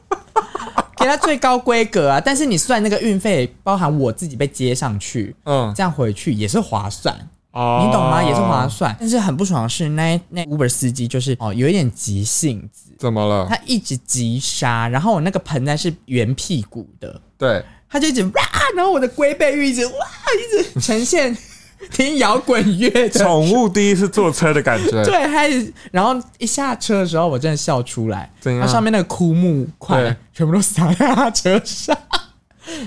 [SPEAKER 2] 给他最高规格啊！但是你算那个运费，包含我自己被接上去，
[SPEAKER 1] 嗯，
[SPEAKER 2] 这样回去也是划算，
[SPEAKER 1] 哦
[SPEAKER 2] 你懂吗？也是划。算。但是很不爽的是，那那 Uber 司机就是哦，有一点急性子，
[SPEAKER 1] 怎么了？
[SPEAKER 2] 他一直急刹，然后我那个盆栽是圆屁股的，
[SPEAKER 1] 对，
[SPEAKER 2] 他就一直哇，然后我的龟背玉一直哇，一直呈现 听摇滚乐的
[SPEAKER 1] 宠物第一次坐车的感 觉。
[SPEAKER 2] 对，还然后一下车的时候，我真的笑出来。
[SPEAKER 1] 怎样
[SPEAKER 2] 它上面那个枯木块
[SPEAKER 1] 对
[SPEAKER 2] 全部都洒在他车上，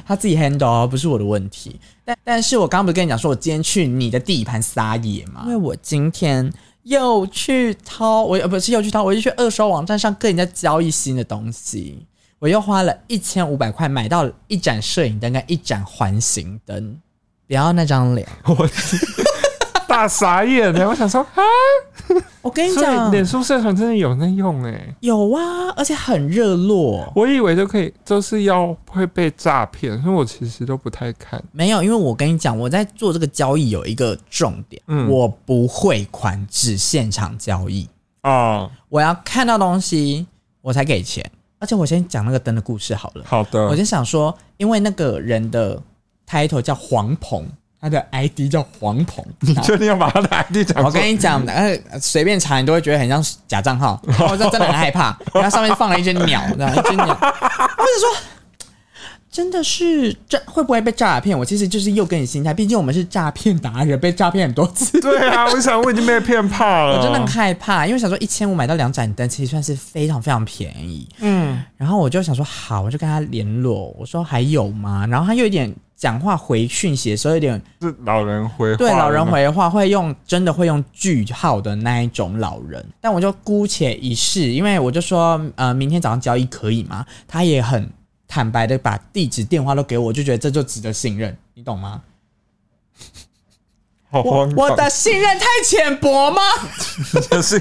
[SPEAKER 2] 他自己 handle 哦不是我的问题。但但是我刚刚不是跟你讲说，我今天去你的地盘撒野吗？因为我今天又去掏，我呃不是又去掏，我就去二手网站上跟人家交易新的东西。我又花了一千五百块买到了一盏摄影灯跟一盏环形灯，不要那张 脸。
[SPEAKER 1] 我大傻眼呢！我想说啊，
[SPEAKER 2] 我跟你
[SPEAKER 1] 所以
[SPEAKER 2] 讲，
[SPEAKER 1] 脸书社团真的有在用哎，
[SPEAKER 2] 有啊，而且很热络。
[SPEAKER 1] 我以为就可以，就是要会被诈骗，所以我其实都不太看。
[SPEAKER 2] 没有，因为我跟你讲，我在做这个交易有一个重点，
[SPEAKER 1] 嗯
[SPEAKER 2] 我不汇款，只现场交易。
[SPEAKER 1] 哦，
[SPEAKER 2] 我要看到东西我才给钱。而且我先讲那个灯的故事好了。
[SPEAKER 1] 好
[SPEAKER 2] 我
[SPEAKER 1] 的，
[SPEAKER 2] 就想说，因为那个人的 title 叫黄鹏，他的 ID 叫黄鹏。
[SPEAKER 1] 你确定要把他的 ID 讲出来？
[SPEAKER 2] 我跟你讲，呃，随便查你都会觉得很像假账 号，然后我就真的很害怕。然后上面放了一只 鸟，然后一只鸟，我就说，真的是这会不会被诈骗？我其实就是又跟你心态，毕竟我们是诈骗达人，被诈骗很多次，
[SPEAKER 1] 对啊，我想我已经被骗怕了，
[SPEAKER 2] 我真的很害怕，因为想说一千五买到两盏灯，其实算是非常非常便宜。
[SPEAKER 1] 嗯，
[SPEAKER 2] 然后我就想说，好，我就跟他联络，我说还有吗？然后他又有点讲话回讯息的时候有点
[SPEAKER 1] 是老人回话
[SPEAKER 2] 对老人
[SPEAKER 1] 了吗
[SPEAKER 2] 回话会用真的会用句号的那一种老人，但我就姑且一试，因为我就说呃明天早上交易可以吗？他也很坦白的把地址电话都给我，我就觉得这就值得信任，你懂吗？
[SPEAKER 1] 好
[SPEAKER 2] 我
[SPEAKER 1] 荒哦唐
[SPEAKER 2] 我的信任太浅薄吗？
[SPEAKER 1] 就是，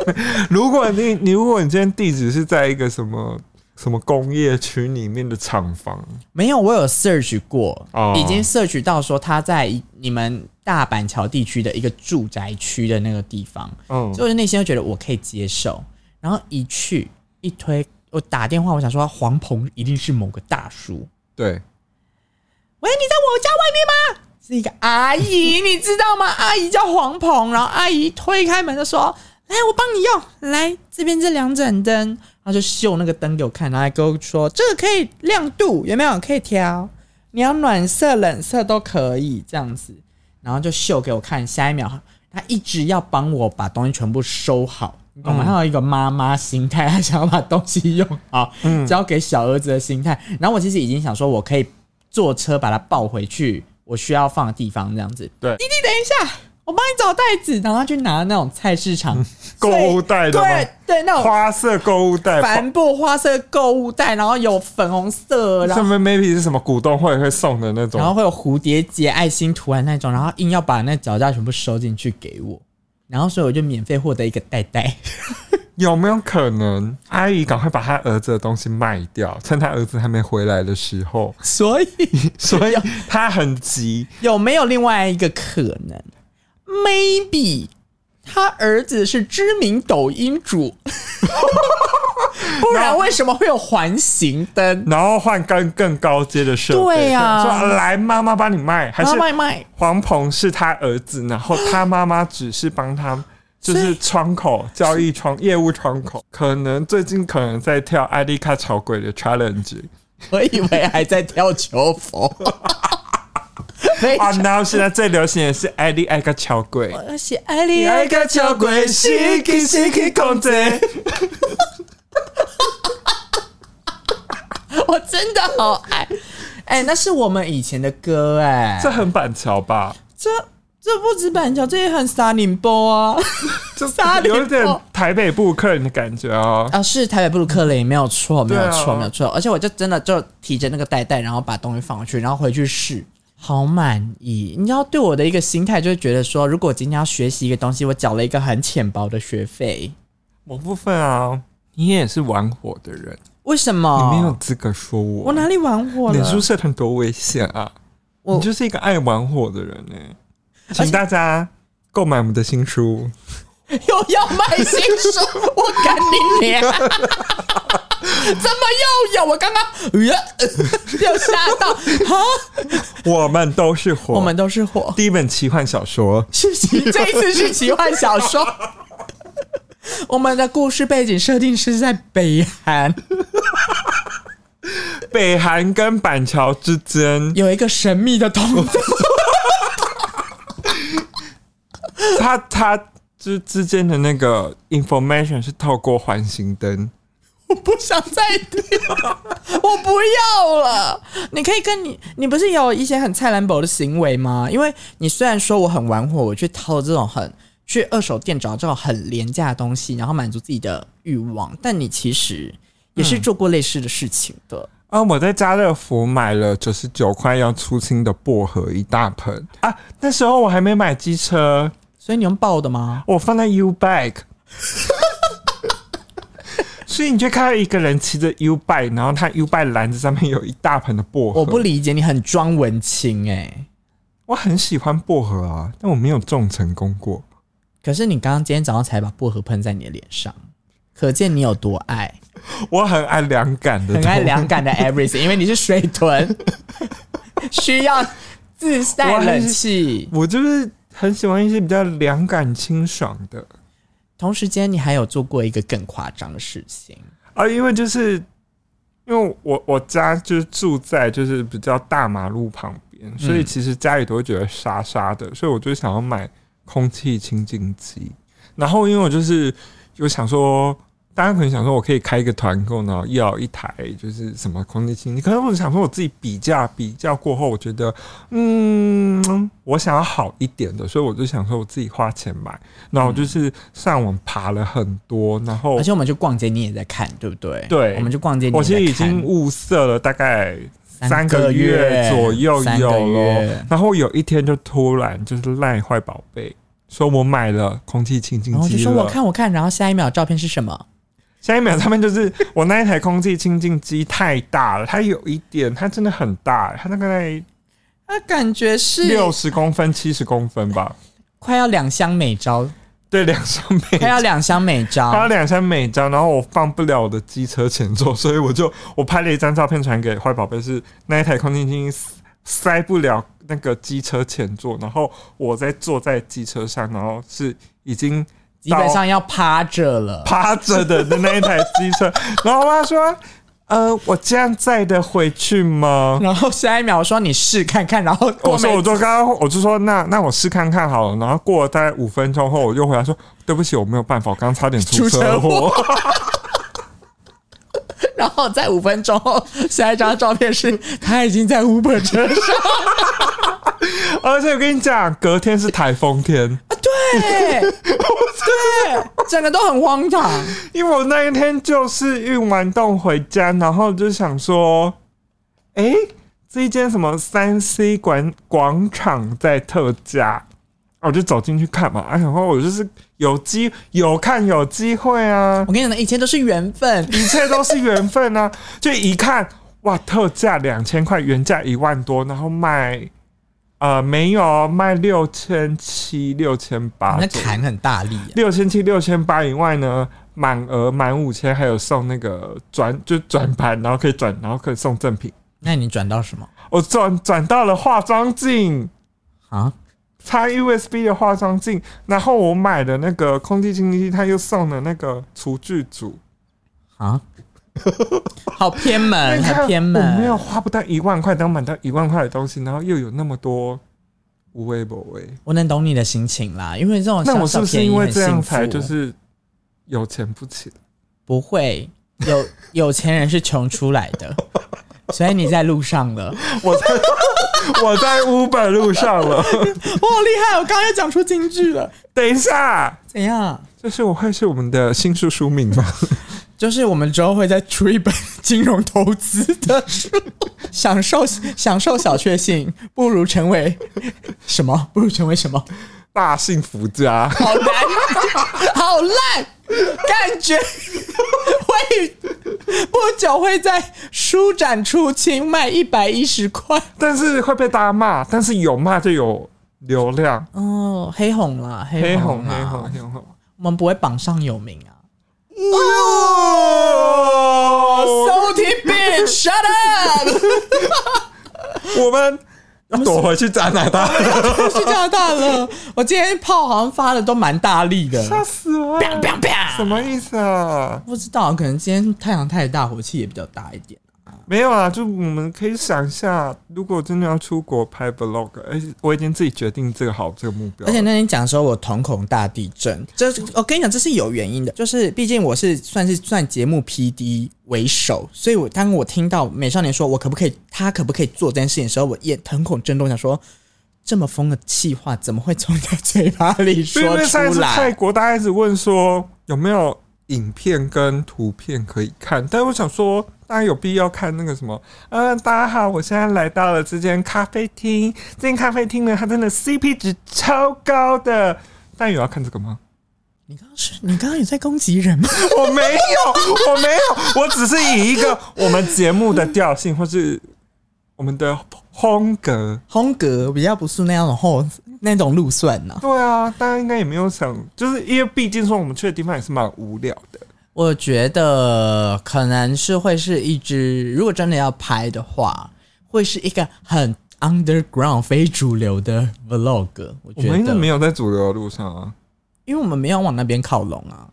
[SPEAKER 1] 如果你你如果你今天地址是在一个什么什么工业区里面的厂房，
[SPEAKER 2] 没有，我有 search 过，
[SPEAKER 1] 哦
[SPEAKER 2] 已经 search 到说他在你们大板桥地区的一个住宅区的那个地方，
[SPEAKER 1] 嗯，
[SPEAKER 2] 所以我就内心就觉得我可以接受。然后一去一推，我打电话，我想说黄鹏一定是某个大叔。
[SPEAKER 1] 对，
[SPEAKER 2] 喂，你在我家外面吗？是一个阿姨，你知道吗？阿姨叫黄鹏，然后阿姨推开门就说：“来，我帮你用，来这边这两盏灯。”然后就秀那个灯给我看，然后还跟我说：“这个可以亮度，有没有？可以调，你要暖色、冷色都可以这样子。”然后就秀给我看，下一秒他一直要帮我把东西全部收好，你懂
[SPEAKER 1] 嗯
[SPEAKER 2] 吗？他有一个妈妈心态，他想要把东西用好，
[SPEAKER 1] 嗯
[SPEAKER 2] 交给小儿子的心态。然后我其实已经想说，我可以坐车把它抱回去，我需要放的地方这样子。
[SPEAKER 1] 对
[SPEAKER 2] 弟弟，等一下，我帮你找袋子，然后他去拿那种菜市场
[SPEAKER 1] 嗯购物袋的吗
[SPEAKER 2] 对对，那种
[SPEAKER 1] 花色购物袋，
[SPEAKER 2] 帆布花色购物袋，然后有粉红色，然
[SPEAKER 1] 上
[SPEAKER 2] 后。
[SPEAKER 1] 面 maybe 是什么股东会会送的那
[SPEAKER 2] 然后
[SPEAKER 1] 种，
[SPEAKER 2] 会有蝴蝶结、爱心图案那种，然后硬要把那脚架全部收进去给我，然后所以我就免费获得一个 袋袋。
[SPEAKER 1] 有没有可能阿姨赶快把她儿子的东西卖掉，趁她儿子还没回来的时候，
[SPEAKER 2] 所以
[SPEAKER 1] 所以她很急，
[SPEAKER 2] 有没有另外一个可能？Maybe 他儿子是知名抖音主， 不然为什么会有环形灯？
[SPEAKER 1] 然后换更更高阶的设备，
[SPEAKER 2] 对呀
[SPEAKER 1] 说来妈妈帮你卖，还
[SPEAKER 2] 然
[SPEAKER 1] 是
[SPEAKER 2] 后卖卖，
[SPEAKER 1] 黄鹏是他儿子，然后他妈妈只是帮他，就
[SPEAKER 2] 所以
[SPEAKER 1] 是窗口交易窗业务窗口，可能最近可能在跳艾丽卡炒鬼的 challenge
[SPEAKER 2] 我以为还在跳 球佛。非
[SPEAKER 1] 啊，
[SPEAKER 2] 常
[SPEAKER 1] 然后现在最流行的是艾丽艾卡炒鬼，
[SPEAKER 2] 而且艾丽
[SPEAKER 1] 艾
[SPEAKER 2] 爱
[SPEAKER 1] 丽卡炒鬼，西奇西奇控制，
[SPEAKER 2] 我真的好爱。哎、那是我们以前的歌哎、
[SPEAKER 1] 这很板桥 吧？
[SPEAKER 2] 这这不止板桥，这也很沙林波啊！
[SPEAKER 1] 就
[SPEAKER 2] 沙林
[SPEAKER 1] 有点
[SPEAKER 2] 波
[SPEAKER 1] 台北布客人的感觉哦。
[SPEAKER 2] 啊，是台北布鲁克林，没有错，没
[SPEAKER 1] 对啊
[SPEAKER 2] 有错，没有错。而且我就真的就提着那个袋袋，然后把东西放回去，然后回去试，好满意。你知道对我的一个心态，就是觉得说，如果我今天要学习一个东西，我缴了一个很浅薄的学费，
[SPEAKER 1] 某部分啊，你也是玩火的人，
[SPEAKER 2] 为什
[SPEAKER 1] 你
[SPEAKER 2] 么？
[SPEAKER 1] 没有资格说我。
[SPEAKER 2] 哦我哪里玩火
[SPEAKER 1] 脸书
[SPEAKER 2] 了？
[SPEAKER 1] 社团多危险啊！
[SPEAKER 2] 我
[SPEAKER 1] 你就是一个爱玩火的人呢、
[SPEAKER 2] 且
[SPEAKER 1] 请大家购买我们的新 书，
[SPEAKER 2] 又要卖新书，我干你娘！怎么又有？我刚刚呃 又吓到啊！
[SPEAKER 1] 我们都是火，
[SPEAKER 2] 我们都是火，
[SPEAKER 1] 第一本奇幻小说。
[SPEAKER 2] 是奇，这一次是奇幻小说。我们的故事背景设定是在北韩，
[SPEAKER 1] 北韩跟板桥之间，
[SPEAKER 2] 有一个神秘的通道。
[SPEAKER 1] 它它之之间的那个 information 是透过环形灯。
[SPEAKER 2] 我不想再听了，我不要了。你可以跟你，你不是有一些很蔡兰博的行为吗？因为你虽然说我很玩火，我去掏这种很去二手店找这种很廉价的东西，然后满足自己的欲望，但你其实也是做过类似的事情的。
[SPEAKER 1] 啊，我在家乐福买了九十九块要出清的薄荷一大盆啊！那时候我还没买机车，
[SPEAKER 2] 所以你用抱的吗？
[SPEAKER 1] 我放在 U bike，所以你就看到一个人骑着 U bike，然后他 U bike 篮子上面有一大盆的薄荷。
[SPEAKER 2] 我不，理解，你很装文青哎、
[SPEAKER 1] 我很喜欢薄荷啊，但我没有种成功过。
[SPEAKER 2] 可是你刚刚今天早上才把薄荷喷在你的脸上，可见你有多爱，
[SPEAKER 1] 我很爱凉感的，
[SPEAKER 2] 很爱凉，感的 everything，因为你是水 豚，需要自带冷气。
[SPEAKER 1] 我就是很喜欢一些比较凉感清爽的
[SPEAKER 2] 同时间，你还有做过一个更夸张的事情，
[SPEAKER 1] 啊，因为就是因为我我家就是住在就是比较大马路旁边，所以其实家里都会觉得沙沙的，所以我就想要买空气清净机。然后因为我就是有想说，大家可能想说我可以开一个团购，然后要一台就是什么空气清净机，可是我想说我自己比价比较过后，我觉得嗯，我想要好一点的，所以我就想说我自己花钱买。然后我就是上网爬了很多，然后
[SPEAKER 2] 而且我们就逛街，你也在看，对不对？
[SPEAKER 1] 对
[SPEAKER 2] 我们就逛街，你
[SPEAKER 1] 我
[SPEAKER 2] 也
[SPEAKER 1] 其
[SPEAKER 2] 在
[SPEAKER 1] 实
[SPEAKER 2] 看。
[SPEAKER 1] 已经物色了大概
[SPEAKER 2] 三
[SPEAKER 1] 三
[SPEAKER 2] 个
[SPEAKER 1] 个
[SPEAKER 2] 月
[SPEAKER 1] 月左右
[SPEAKER 2] 三个
[SPEAKER 1] 有
[SPEAKER 2] 月
[SPEAKER 1] 了，然后有一天就突然就是赖坏宝贝，说我买了空气清净
[SPEAKER 2] 然后就
[SPEAKER 1] 机
[SPEAKER 2] 说
[SPEAKER 1] 了。
[SPEAKER 2] 我看我看，然后下一秒照片是什么？
[SPEAKER 1] 下一秒他们就是 我那一台空气清净机太大了，它有一点，它真的很大，它大概
[SPEAKER 2] 那啊感觉是
[SPEAKER 1] 六十公分、七十公分吧，
[SPEAKER 2] 快要两箱美招，
[SPEAKER 1] 对，两箱美
[SPEAKER 2] 快要两箱美
[SPEAKER 1] 拍了
[SPEAKER 2] 招。
[SPEAKER 1] 两箱美照，然后我放不了我的机车前座，所以我就我拍了一张照片传给坏宝贝，是那一台空气清新塞塞不了那个机车前座，然后我在坐在机车上，然后是已经
[SPEAKER 2] 基本上要趴着了，
[SPEAKER 1] 趴着的的那一台机车，然后我妈说：“呃，我这样载得回去吗？”
[SPEAKER 2] 然后下一秒我说你试看看，然后过
[SPEAKER 1] 我说
[SPEAKER 2] 没
[SPEAKER 1] 我就刚刚我就说那那我试看看好了，然后过了大概五分钟后，我就回来说对不起，我没有办法，我刚刚差点出
[SPEAKER 2] 出车
[SPEAKER 1] 车祸。
[SPEAKER 2] 然后在五分钟后，下一张照片是他已经在 Uber 车上，
[SPEAKER 1] 而且我跟你讲，隔天是台风天，
[SPEAKER 2] 对对，整个都很荒唐。
[SPEAKER 1] 因为我那一天就是运完动回家，然后就想说，哎、这一间什么三 C 广广场在特价，我就走进去看嘛。哎，然后我就是有机有看有机会啊，
[SPEAKER 2] 我跟你讲，一切都是缘分。
[SPEAKER 1] 一切都是缘分啊。 就一看，哇，特价两千块，原价一万多，然后卖。呃，没有卖六千七、六千八，
[SPEAKER 2] 那砍很大力、
[SPEAKER 1] 六千七、六千八以外呢，满额满五千，还有送那个转就转盘，然后可以转，然后可以送赠品。
[SPEAKER 2] 那你转到什么
[SPEAKER 1] 我转转到了化妆镜，
[SPEAKER 2] 啊？
[SPEAKER 1] 插 USB 的化妆镜，然后我买的那个空气清新机，他又送了那个厨具组。
[SPEAKER 2] 啊，好偏门，
[SPEAKER 1] 你看
[SPEAKER 2] 很偏
[SPEAKER 1] 我
[SPEAKER 2] 门。
[SPEAKER 1] 没有花不到一万块，当买到一万块的东西，然后又有那么多无微不微，
[SPEAKER 2] 我能懂你的心情啦，因为这种
[SPEAKER 1] 那我
[SPEAKER 2] 小
[SPEAKER 1] 是
[SPEAKER 2] 小
[SPEAKER 1] 不是
[SPEAKER 2] 便宜
[SPEAKER 1] 因为
[SPEAKER 2] 很
[SPEAKER 1] 这样
[SPEAKER 2] 幸福
[SPEAKER 1] 才就是有钱不起来？
[SPEAKER 2] 不会有 有钱人是穷出来的，所以你在路上了，
[SPEAKER 1] 我 在我在 Uber 路上了，
[SPEAKER 2] 我哦好厉害！我刚刚又讲出京剧了，
[SPEAKER 1] 等一下。
[SPEAKER 2] 怎样？
[SPEAKER 1] 这是我会是我们的新书书名 吗？
[SPEAKER 2] 就是我们之后会再出一本 金融投资的书，享受享受小确幸，不如成为什么？不如成为什么？
[SPEAKER 1] 大幸福家，
[SPEAKER 2] 好难， 好烂，感觉会不久会在书展出清卖一百一十块。
[SPEAKER 1] 但是会被大家骂，但是有骂就有流量，哎
[SPEAKER 2] 哦，黑红啦，
[SPEAKER 1] 黑
[SPEAKER 2] 红
[SPEAKER 1] 红
[SPEAKER 2] 啦，
[SPEAKER 1] 黑红黑红。
[SPEAKER 2] 我们不会榜上有名啊。
[SPEAKER 1] 哇！
[SPEAKER 2] Salty bitch，shut up！
[SPEAKER 1] 我们要躲回去加拿 大，
[SPEAKER 2] 去加拿大了，我今天炮好像发的都蛮大力的。
[SPEAKER 1] 吓死我！
[SPEAKER 2] 砰砰砰
[SPEAKER 1] 什么意思啊？
[SPEAKER 2] 不知道，可能今天太阳太大，火气也比较大一点。
[SPEAKER 1] 没有啊，就我们可以想一下，如果真的要出国拍 vlog，而且我已经自己决定这个好这个目标
[SPEAKER 2] 而
[SPEAKER 1] 了，
[SPEAKER 2] 且那天讲的时候，我瞳孔大地震，这是我跟你讲，这是有原因的，就是毕竟我是算是算节目 P D 为首，所以我当我听到美少年说我可不可以，他可不可以做这件事情的时候，我也瞳孔震动，想说这么疯的气话怎么会从你的嘴巴里
[SPEAKER 1] 因
[SPEAKER 2] 说
[SPEAKER 1] 为上一
[SPEAKER 2] 出
[SPEAKER 1] 次泰
[SPEAKER 2] 来？
[SPEAKER 1] 国大家一直问说有没有影片跟图片可以看，但我想说大家有必要看那个什么？嗯、大家好，我现在来到了这间咖啡厅，这间咖啡厅呢，它真的 CP 值超高的。但有要看这个吗？
[SPEAKER 2] 你刚刚是你刚刚有在攻击人 吗？
[SPEAKER 1] 我没有，我没有，我只是以一个我们节目的调性或是我们的风格。
[SPEAKER 2] 风格比较不是那样的后那种路算呢、
[SPEAKER 1] 对啊，大家应该也没有想，就是因为毕竟说我们去的地方也是蛮无聊的。
[SPEAKER 2] 我觉得可能是会是一支，如果真的要拍的话，会是一个很 underground 非主流的 vlog。我
[SPEAKER 1] 我
[SPEAKER 2] 觉
[SPEAKER 1] 们一直
[SPEAKER 2] 得
[SPEAKER 1] 没有在主流的路上啊，
[SPEAKER 2] 因为我们没有往那边靠拢啊。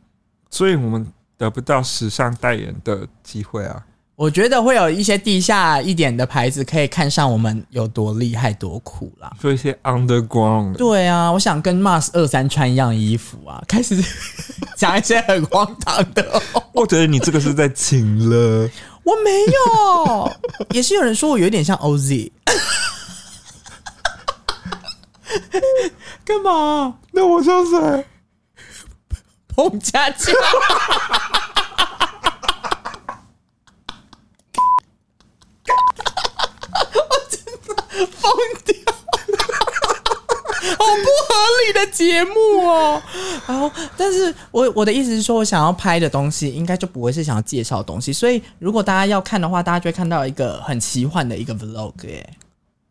[SPEAKER 1] 所以我们得不到时尚代言的机会啊。
[SPEAKER 2] 我觉得会有一些地下一点的牌子可以看上我们有多厉害、多酷啦。
[SPEAKER 1] 做一些 underground 的，
[SPEAKER 2] 对啊，我想跟 Mars 二三穿一样衣服啊，开始讲一些很荒唐的话、
[SPEAKER 1] 我觉得你这个是在请了。
[SPEAKER 2] 我没有，也是有人说我有点像 OZ。干嘛？
[SPEAKER 1] 那我像谁？
[SPEAKER 2] 彭佳佳？我真的疯掉！好不合理的节目哦。好，但是我我的意思是说，我想要拍的东西，应该就不会是想要介绍的东西。所以，如果大家要看的话，大家就会看到一个很奇幻的一个 vlog 哎、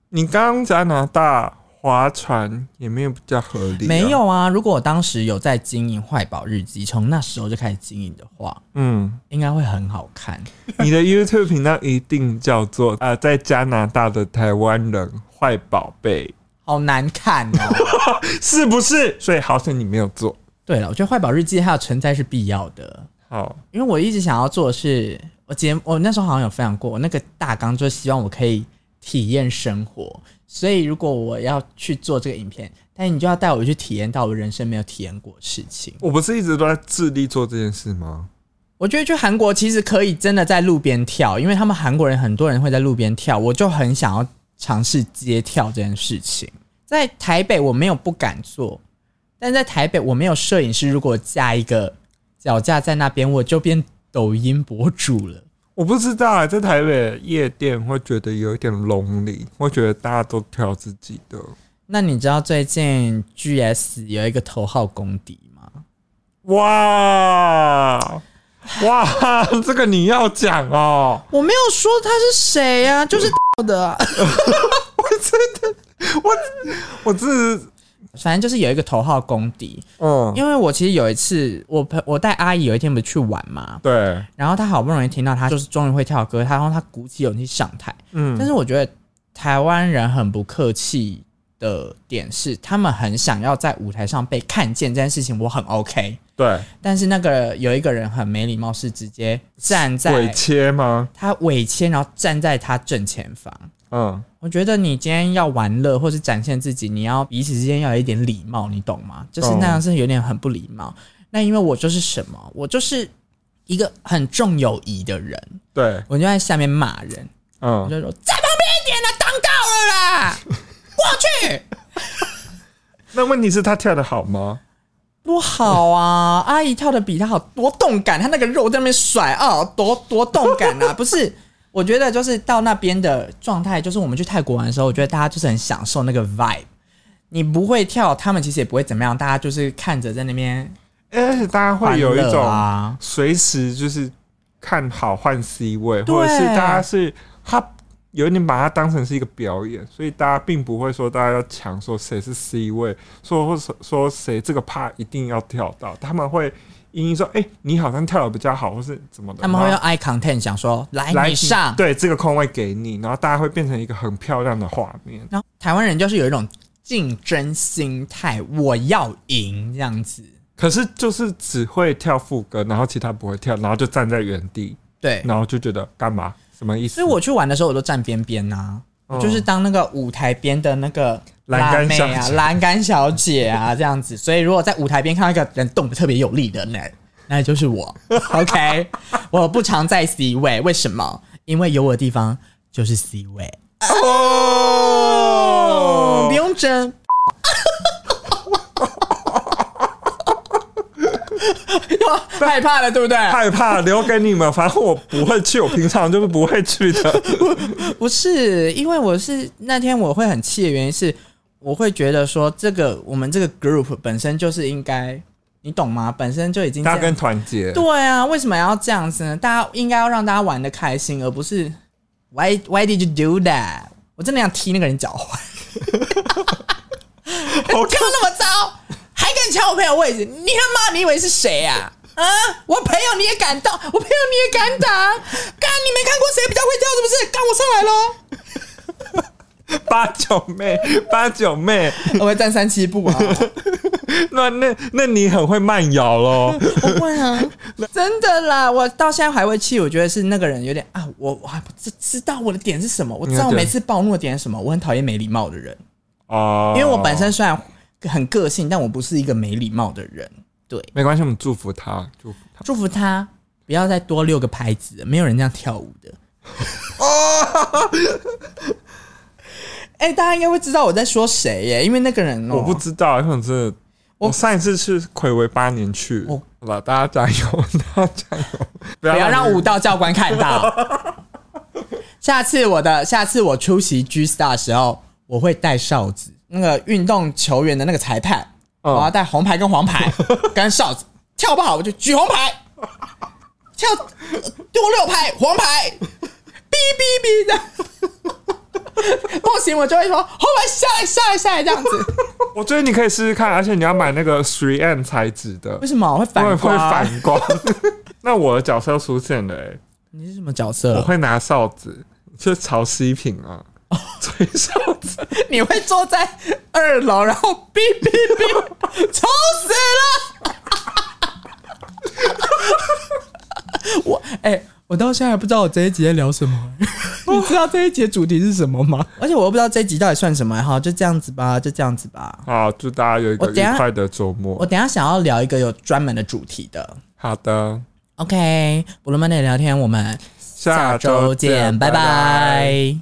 [SPEAKER 1] 你刚刚加拿大划船也没有比较合理、
[SPEAKER 2] 没，有啊，如果我当时有在经营坏宝日记，从那时候就开始经营的话，
[SPEAKER 1] 嗯，
[SPEAKER 2] 应该会很好看。
[SPEAKER 1] 你的 YouTube 频道一定叫做呃，在加拿大的台湾人坏宝贝，
[SPEAKER 2] 好难看哦。
[SPEAKER 1] 是不是？所以好险你没有做。
[SPEAKER 2] 对了，我觉得坏宝日记它的存在是必要的，
[SPEAKER 1] 好，
[SPEAKER 2] 因为我一直想要做的是，我节目我那时候好像有分享过，我那个大纲就是希望我可以体验生活，所以如果我要去做这个影片，但你就要带我去体验到我人生没有体验过的事情。
[SPEAKER 1] 我不是一直都在致力做这件事吗？
[SPEAKER 2] 我觉得去韩国其实可以真的在路边跳，因为他们韩国人很多人会在路边跳，我就很想要尝试街跳这件事情。在台北我没有不敢做，但在台北我没有摄影师，如果架一个脚架在那边，我就变抖音博主了。
[SPEAKER 1] 我不知道、啊，在台北夜店会觉得有一点 lonely，会觉得大家都跳自己的。
[SPEAKER 2] 那你知道最近 GS 有一个头号公敌吗？
[SPEAKER 1] 哇哇， 这个你要讲哦！
[SPEAKER 2] 我没有说他是谁啊，就是的啊、
[SPEAKER 1] 我真的，我我真的是，
[SPEAKER 2] 反正就是有一个头号公敌。
[SPEAKER 1] 嗯，
[SPEAKER 2] 因为我其实有一次，我朋我带阿姨有一天不是去玩嘛，
[SPEAKER 1] 对，
[SPEAKER 2] 然后他好不容易听到他就是终于会跳歌，他然后他鼓起勇气上台。但
[SPEAKER 1] 嗯，
[SPEAKER 2] 是我觉得台湾人很不客气的点是，他们很想要在舞台上被看见这件事情，我很 OK。
[SPEAKER 1] 对，
[SPEAKER 2] 但是那个有一个人很没礼貌，是直接站
[SPEAKER 1] 鬼
[SPEAKER 2] 在
[SPEAKER 1] 切吗？
[SPEAKER 2] 他尾签，然后站在他正前方。
[SPEAKER 1] 嗯，
[SPEAKER 2] 我觉得你今天要玩乐或是展现自己，你要彼此之间要有一点礼貌，你懂吗？就是那样是有点很不礼貌。那因为我就是什么，我就是一个很重友谊的人，
[SPEAKER 1] 对，
[SPEAKER 2] 我就在下面骂人，我
[SPEAKER 1] 嗯，
[SPEAKER 2] 就说在旁边一点的当道了啦，过去
[SPEAKER 1] 那问题是他跳的好吗？
[SPEAKER 2] 多好啊！阿姨跳的比他好，多动感，她那个肉在那边甩啊，多多动感啊！不 是，我觉得就是到那边的状态，就是我们去泰国玩的时候，我觉得大家就是很享受那个 vibe。你不会跳，他们其实也不会怎么样，大家就是看着在那边
[SPEAKER 1] 而且哎大家
[SPEAKER 2] 欢
[SPEAKER 1] 会有一
[SPEAKER 2] 乐
[SPEAKER 1] 种
[SPEAKER 2] 啊，
[SPEAKER 1] 随时就是看好换 C 位，
[SPEAKER 2] 对
[SPEAKER 1] 或者是大家是他。有点把它当成是一个表演，所以大家并不会说大家要抢说谁是 C 位，说或者说谁这个趴一定要跳到，他们会因说，哎、你好像跳的比较好，或是怎么的，
[SPEAKER 2] 他们会
[SPEAKER 1] 然后
[SPEAKER 2] 用 eye content 想说来
[SPEAKER 1] 啊来
[SPEAKER 2] 你上，
[SPEAKER 1] 对这个空位给你，然后大家会变成一个很漂亮的画面。
[SPEAKER 2] 然后台湾人就是有一种竞争心态，我要赢这样子。
[SPEAKER 1] 可是就是只会跳副歌，然后其他不会跳，然后就站在原地，
[SPEAKER 2] 对，
[SPEAKER 1] 然后就觉得干嘛？什么意思？
[SPEAKER 2] 所以我去玩的时候，我都站边边呐，我就是当那个舞台边的那个
[SPEAKER 1] 嗯栏
[SPEAKER 2] 辣
[SPEAKER 1] 杆
[SPEAKER 2] 妹
[SPEAKER 1] 小姐
[SPEAKER 2] 啊、栏杆小姐啊这样子。所以如果在舞台边看到一个人动得特别有力的那那就是我。OK，我不常在 C 位，为什么？因为有我的地方就是 C 位，
[SPEAKER 1] 哦
[SPEAKER 2] 不用 争。 又害怕了，对不对？
[SPEAKER 1] 害怕留给你们，反正我不会去，我平常就是不会去 的。
[SPEAKER 2] 不是，因为我是那天我会很气的原因是，我会觉得说这个我们这个 group 本身就是应该，你懂吗？本身就已经这
[SPEAKER 1] 大家
[SPEAKER 2] 样
[SPEAKER 1] 跟团结，
[SPEAKER 2] 对啊，为什么要这样子呢？大家应该要让大家玩的开心，而不是 Why Why did you do that？我真的想踢那个人脚踝，
[SPEAKER 1] 好
[SPEAKER 2] 跳那么糟，还敢抢我朋友位置？你他妈你以为是谁啊？啊，我朋友你也敢动，我朋友你也敢打，干你没看过谁比较会跳是不是？干我上来喽！
[SPEAKER 1] 八九妹，八九妹，
[SPEAKER 2] 我会站三七 步啊，
[SPEAKER 1] 那那那你很会慢摇 喽。
[SPEAKER 2] 不会啊，真的啦，我到现在还会气，我觉得是那个人有点啊，我我还不知知道我的点是什么，我知道我每次暴怒的点是什么，我很讨厌没礼貌的人，
[SPEAKER 1] 哦，
[SPEAKER 2] 因为我本身虽然很个性，但我不是一个没礼貌的人，对，
[SPEAKER 1] 没关系，我们祝福他，祝福他。
[SPEAKER 2] 祝福他不要再多六个拍子了，没有人这样跳舞 的。哎、大家应该会知道我在说谁耶，因为那个人、哦、
[SPEAKER 1] 我不知道，因为我真的，
[SPEAKER 2] 我
[SPEAKER 1] 我上一次是暌违八年去，
[SPEAKER 2] 我
[SPEAKER 1] 好吧，大家加油，大家加油，不
[SPEAKER 2] 不要让
[SPEAKER 1] 我
[SPEAKER 2] 武道教官看到。 下次我的下次我出席 G Star 的时候，我会带哨子，那个运动球员的那个裁判，
[SPEAKER 1] 嗯
[SPEAKER 2] 我要带红牌跟黄 牌跟哨子，跳不好我就举红牌，跳丢六拍黄牌，哔哔哔的，不行我就会说红牌下来下来下来这样 子，
[SPEAKER 1] 我觉得你可以试试看，而且你要买那个 three N 材质的
[SPEAKER 2] 为，什么我会
[SPEAKER 1] 因为
[SPEAKER 2] 反
[SPEAKER 1] 会
[SPEAKER 2] 光？
[SPEAKER 1] 反光。 那我的角色出现了、欸，
[SPEAKER 2] 你是什么角
[SPEAKER 1] 我
[SPEAKER 2] 色？
[SPEAKER 1] 会拿哨子，就是潮汐品啊，吹哨子。
[SPEAKER 2] 你会坐在二楼，然后哔哔哔，丑死了！ 我哎、我到现在还不知道我这一集在聊什 么，你知道这一集的主题是什么吗？而且我又不知道这一集到底算什么，哈，就这样子吧，就这样子吧。
[SPEAKER 1] 好，祝大家有一个
[SPEAKER 2] 我等一下
[SPEAKER 1] 愉快的周
[SPEAKER 2] 我
[SPEAKER 1] 末。
[SPEAKER 2] 等一下想要聊一个有专门的主题的。
[SPEAKER 1] 好的，
[SPEAKER 2] OK，布鲁曼的聊天，我们
[SPEAKER 1] 下
[SPEAKER 2] 周见，拜拜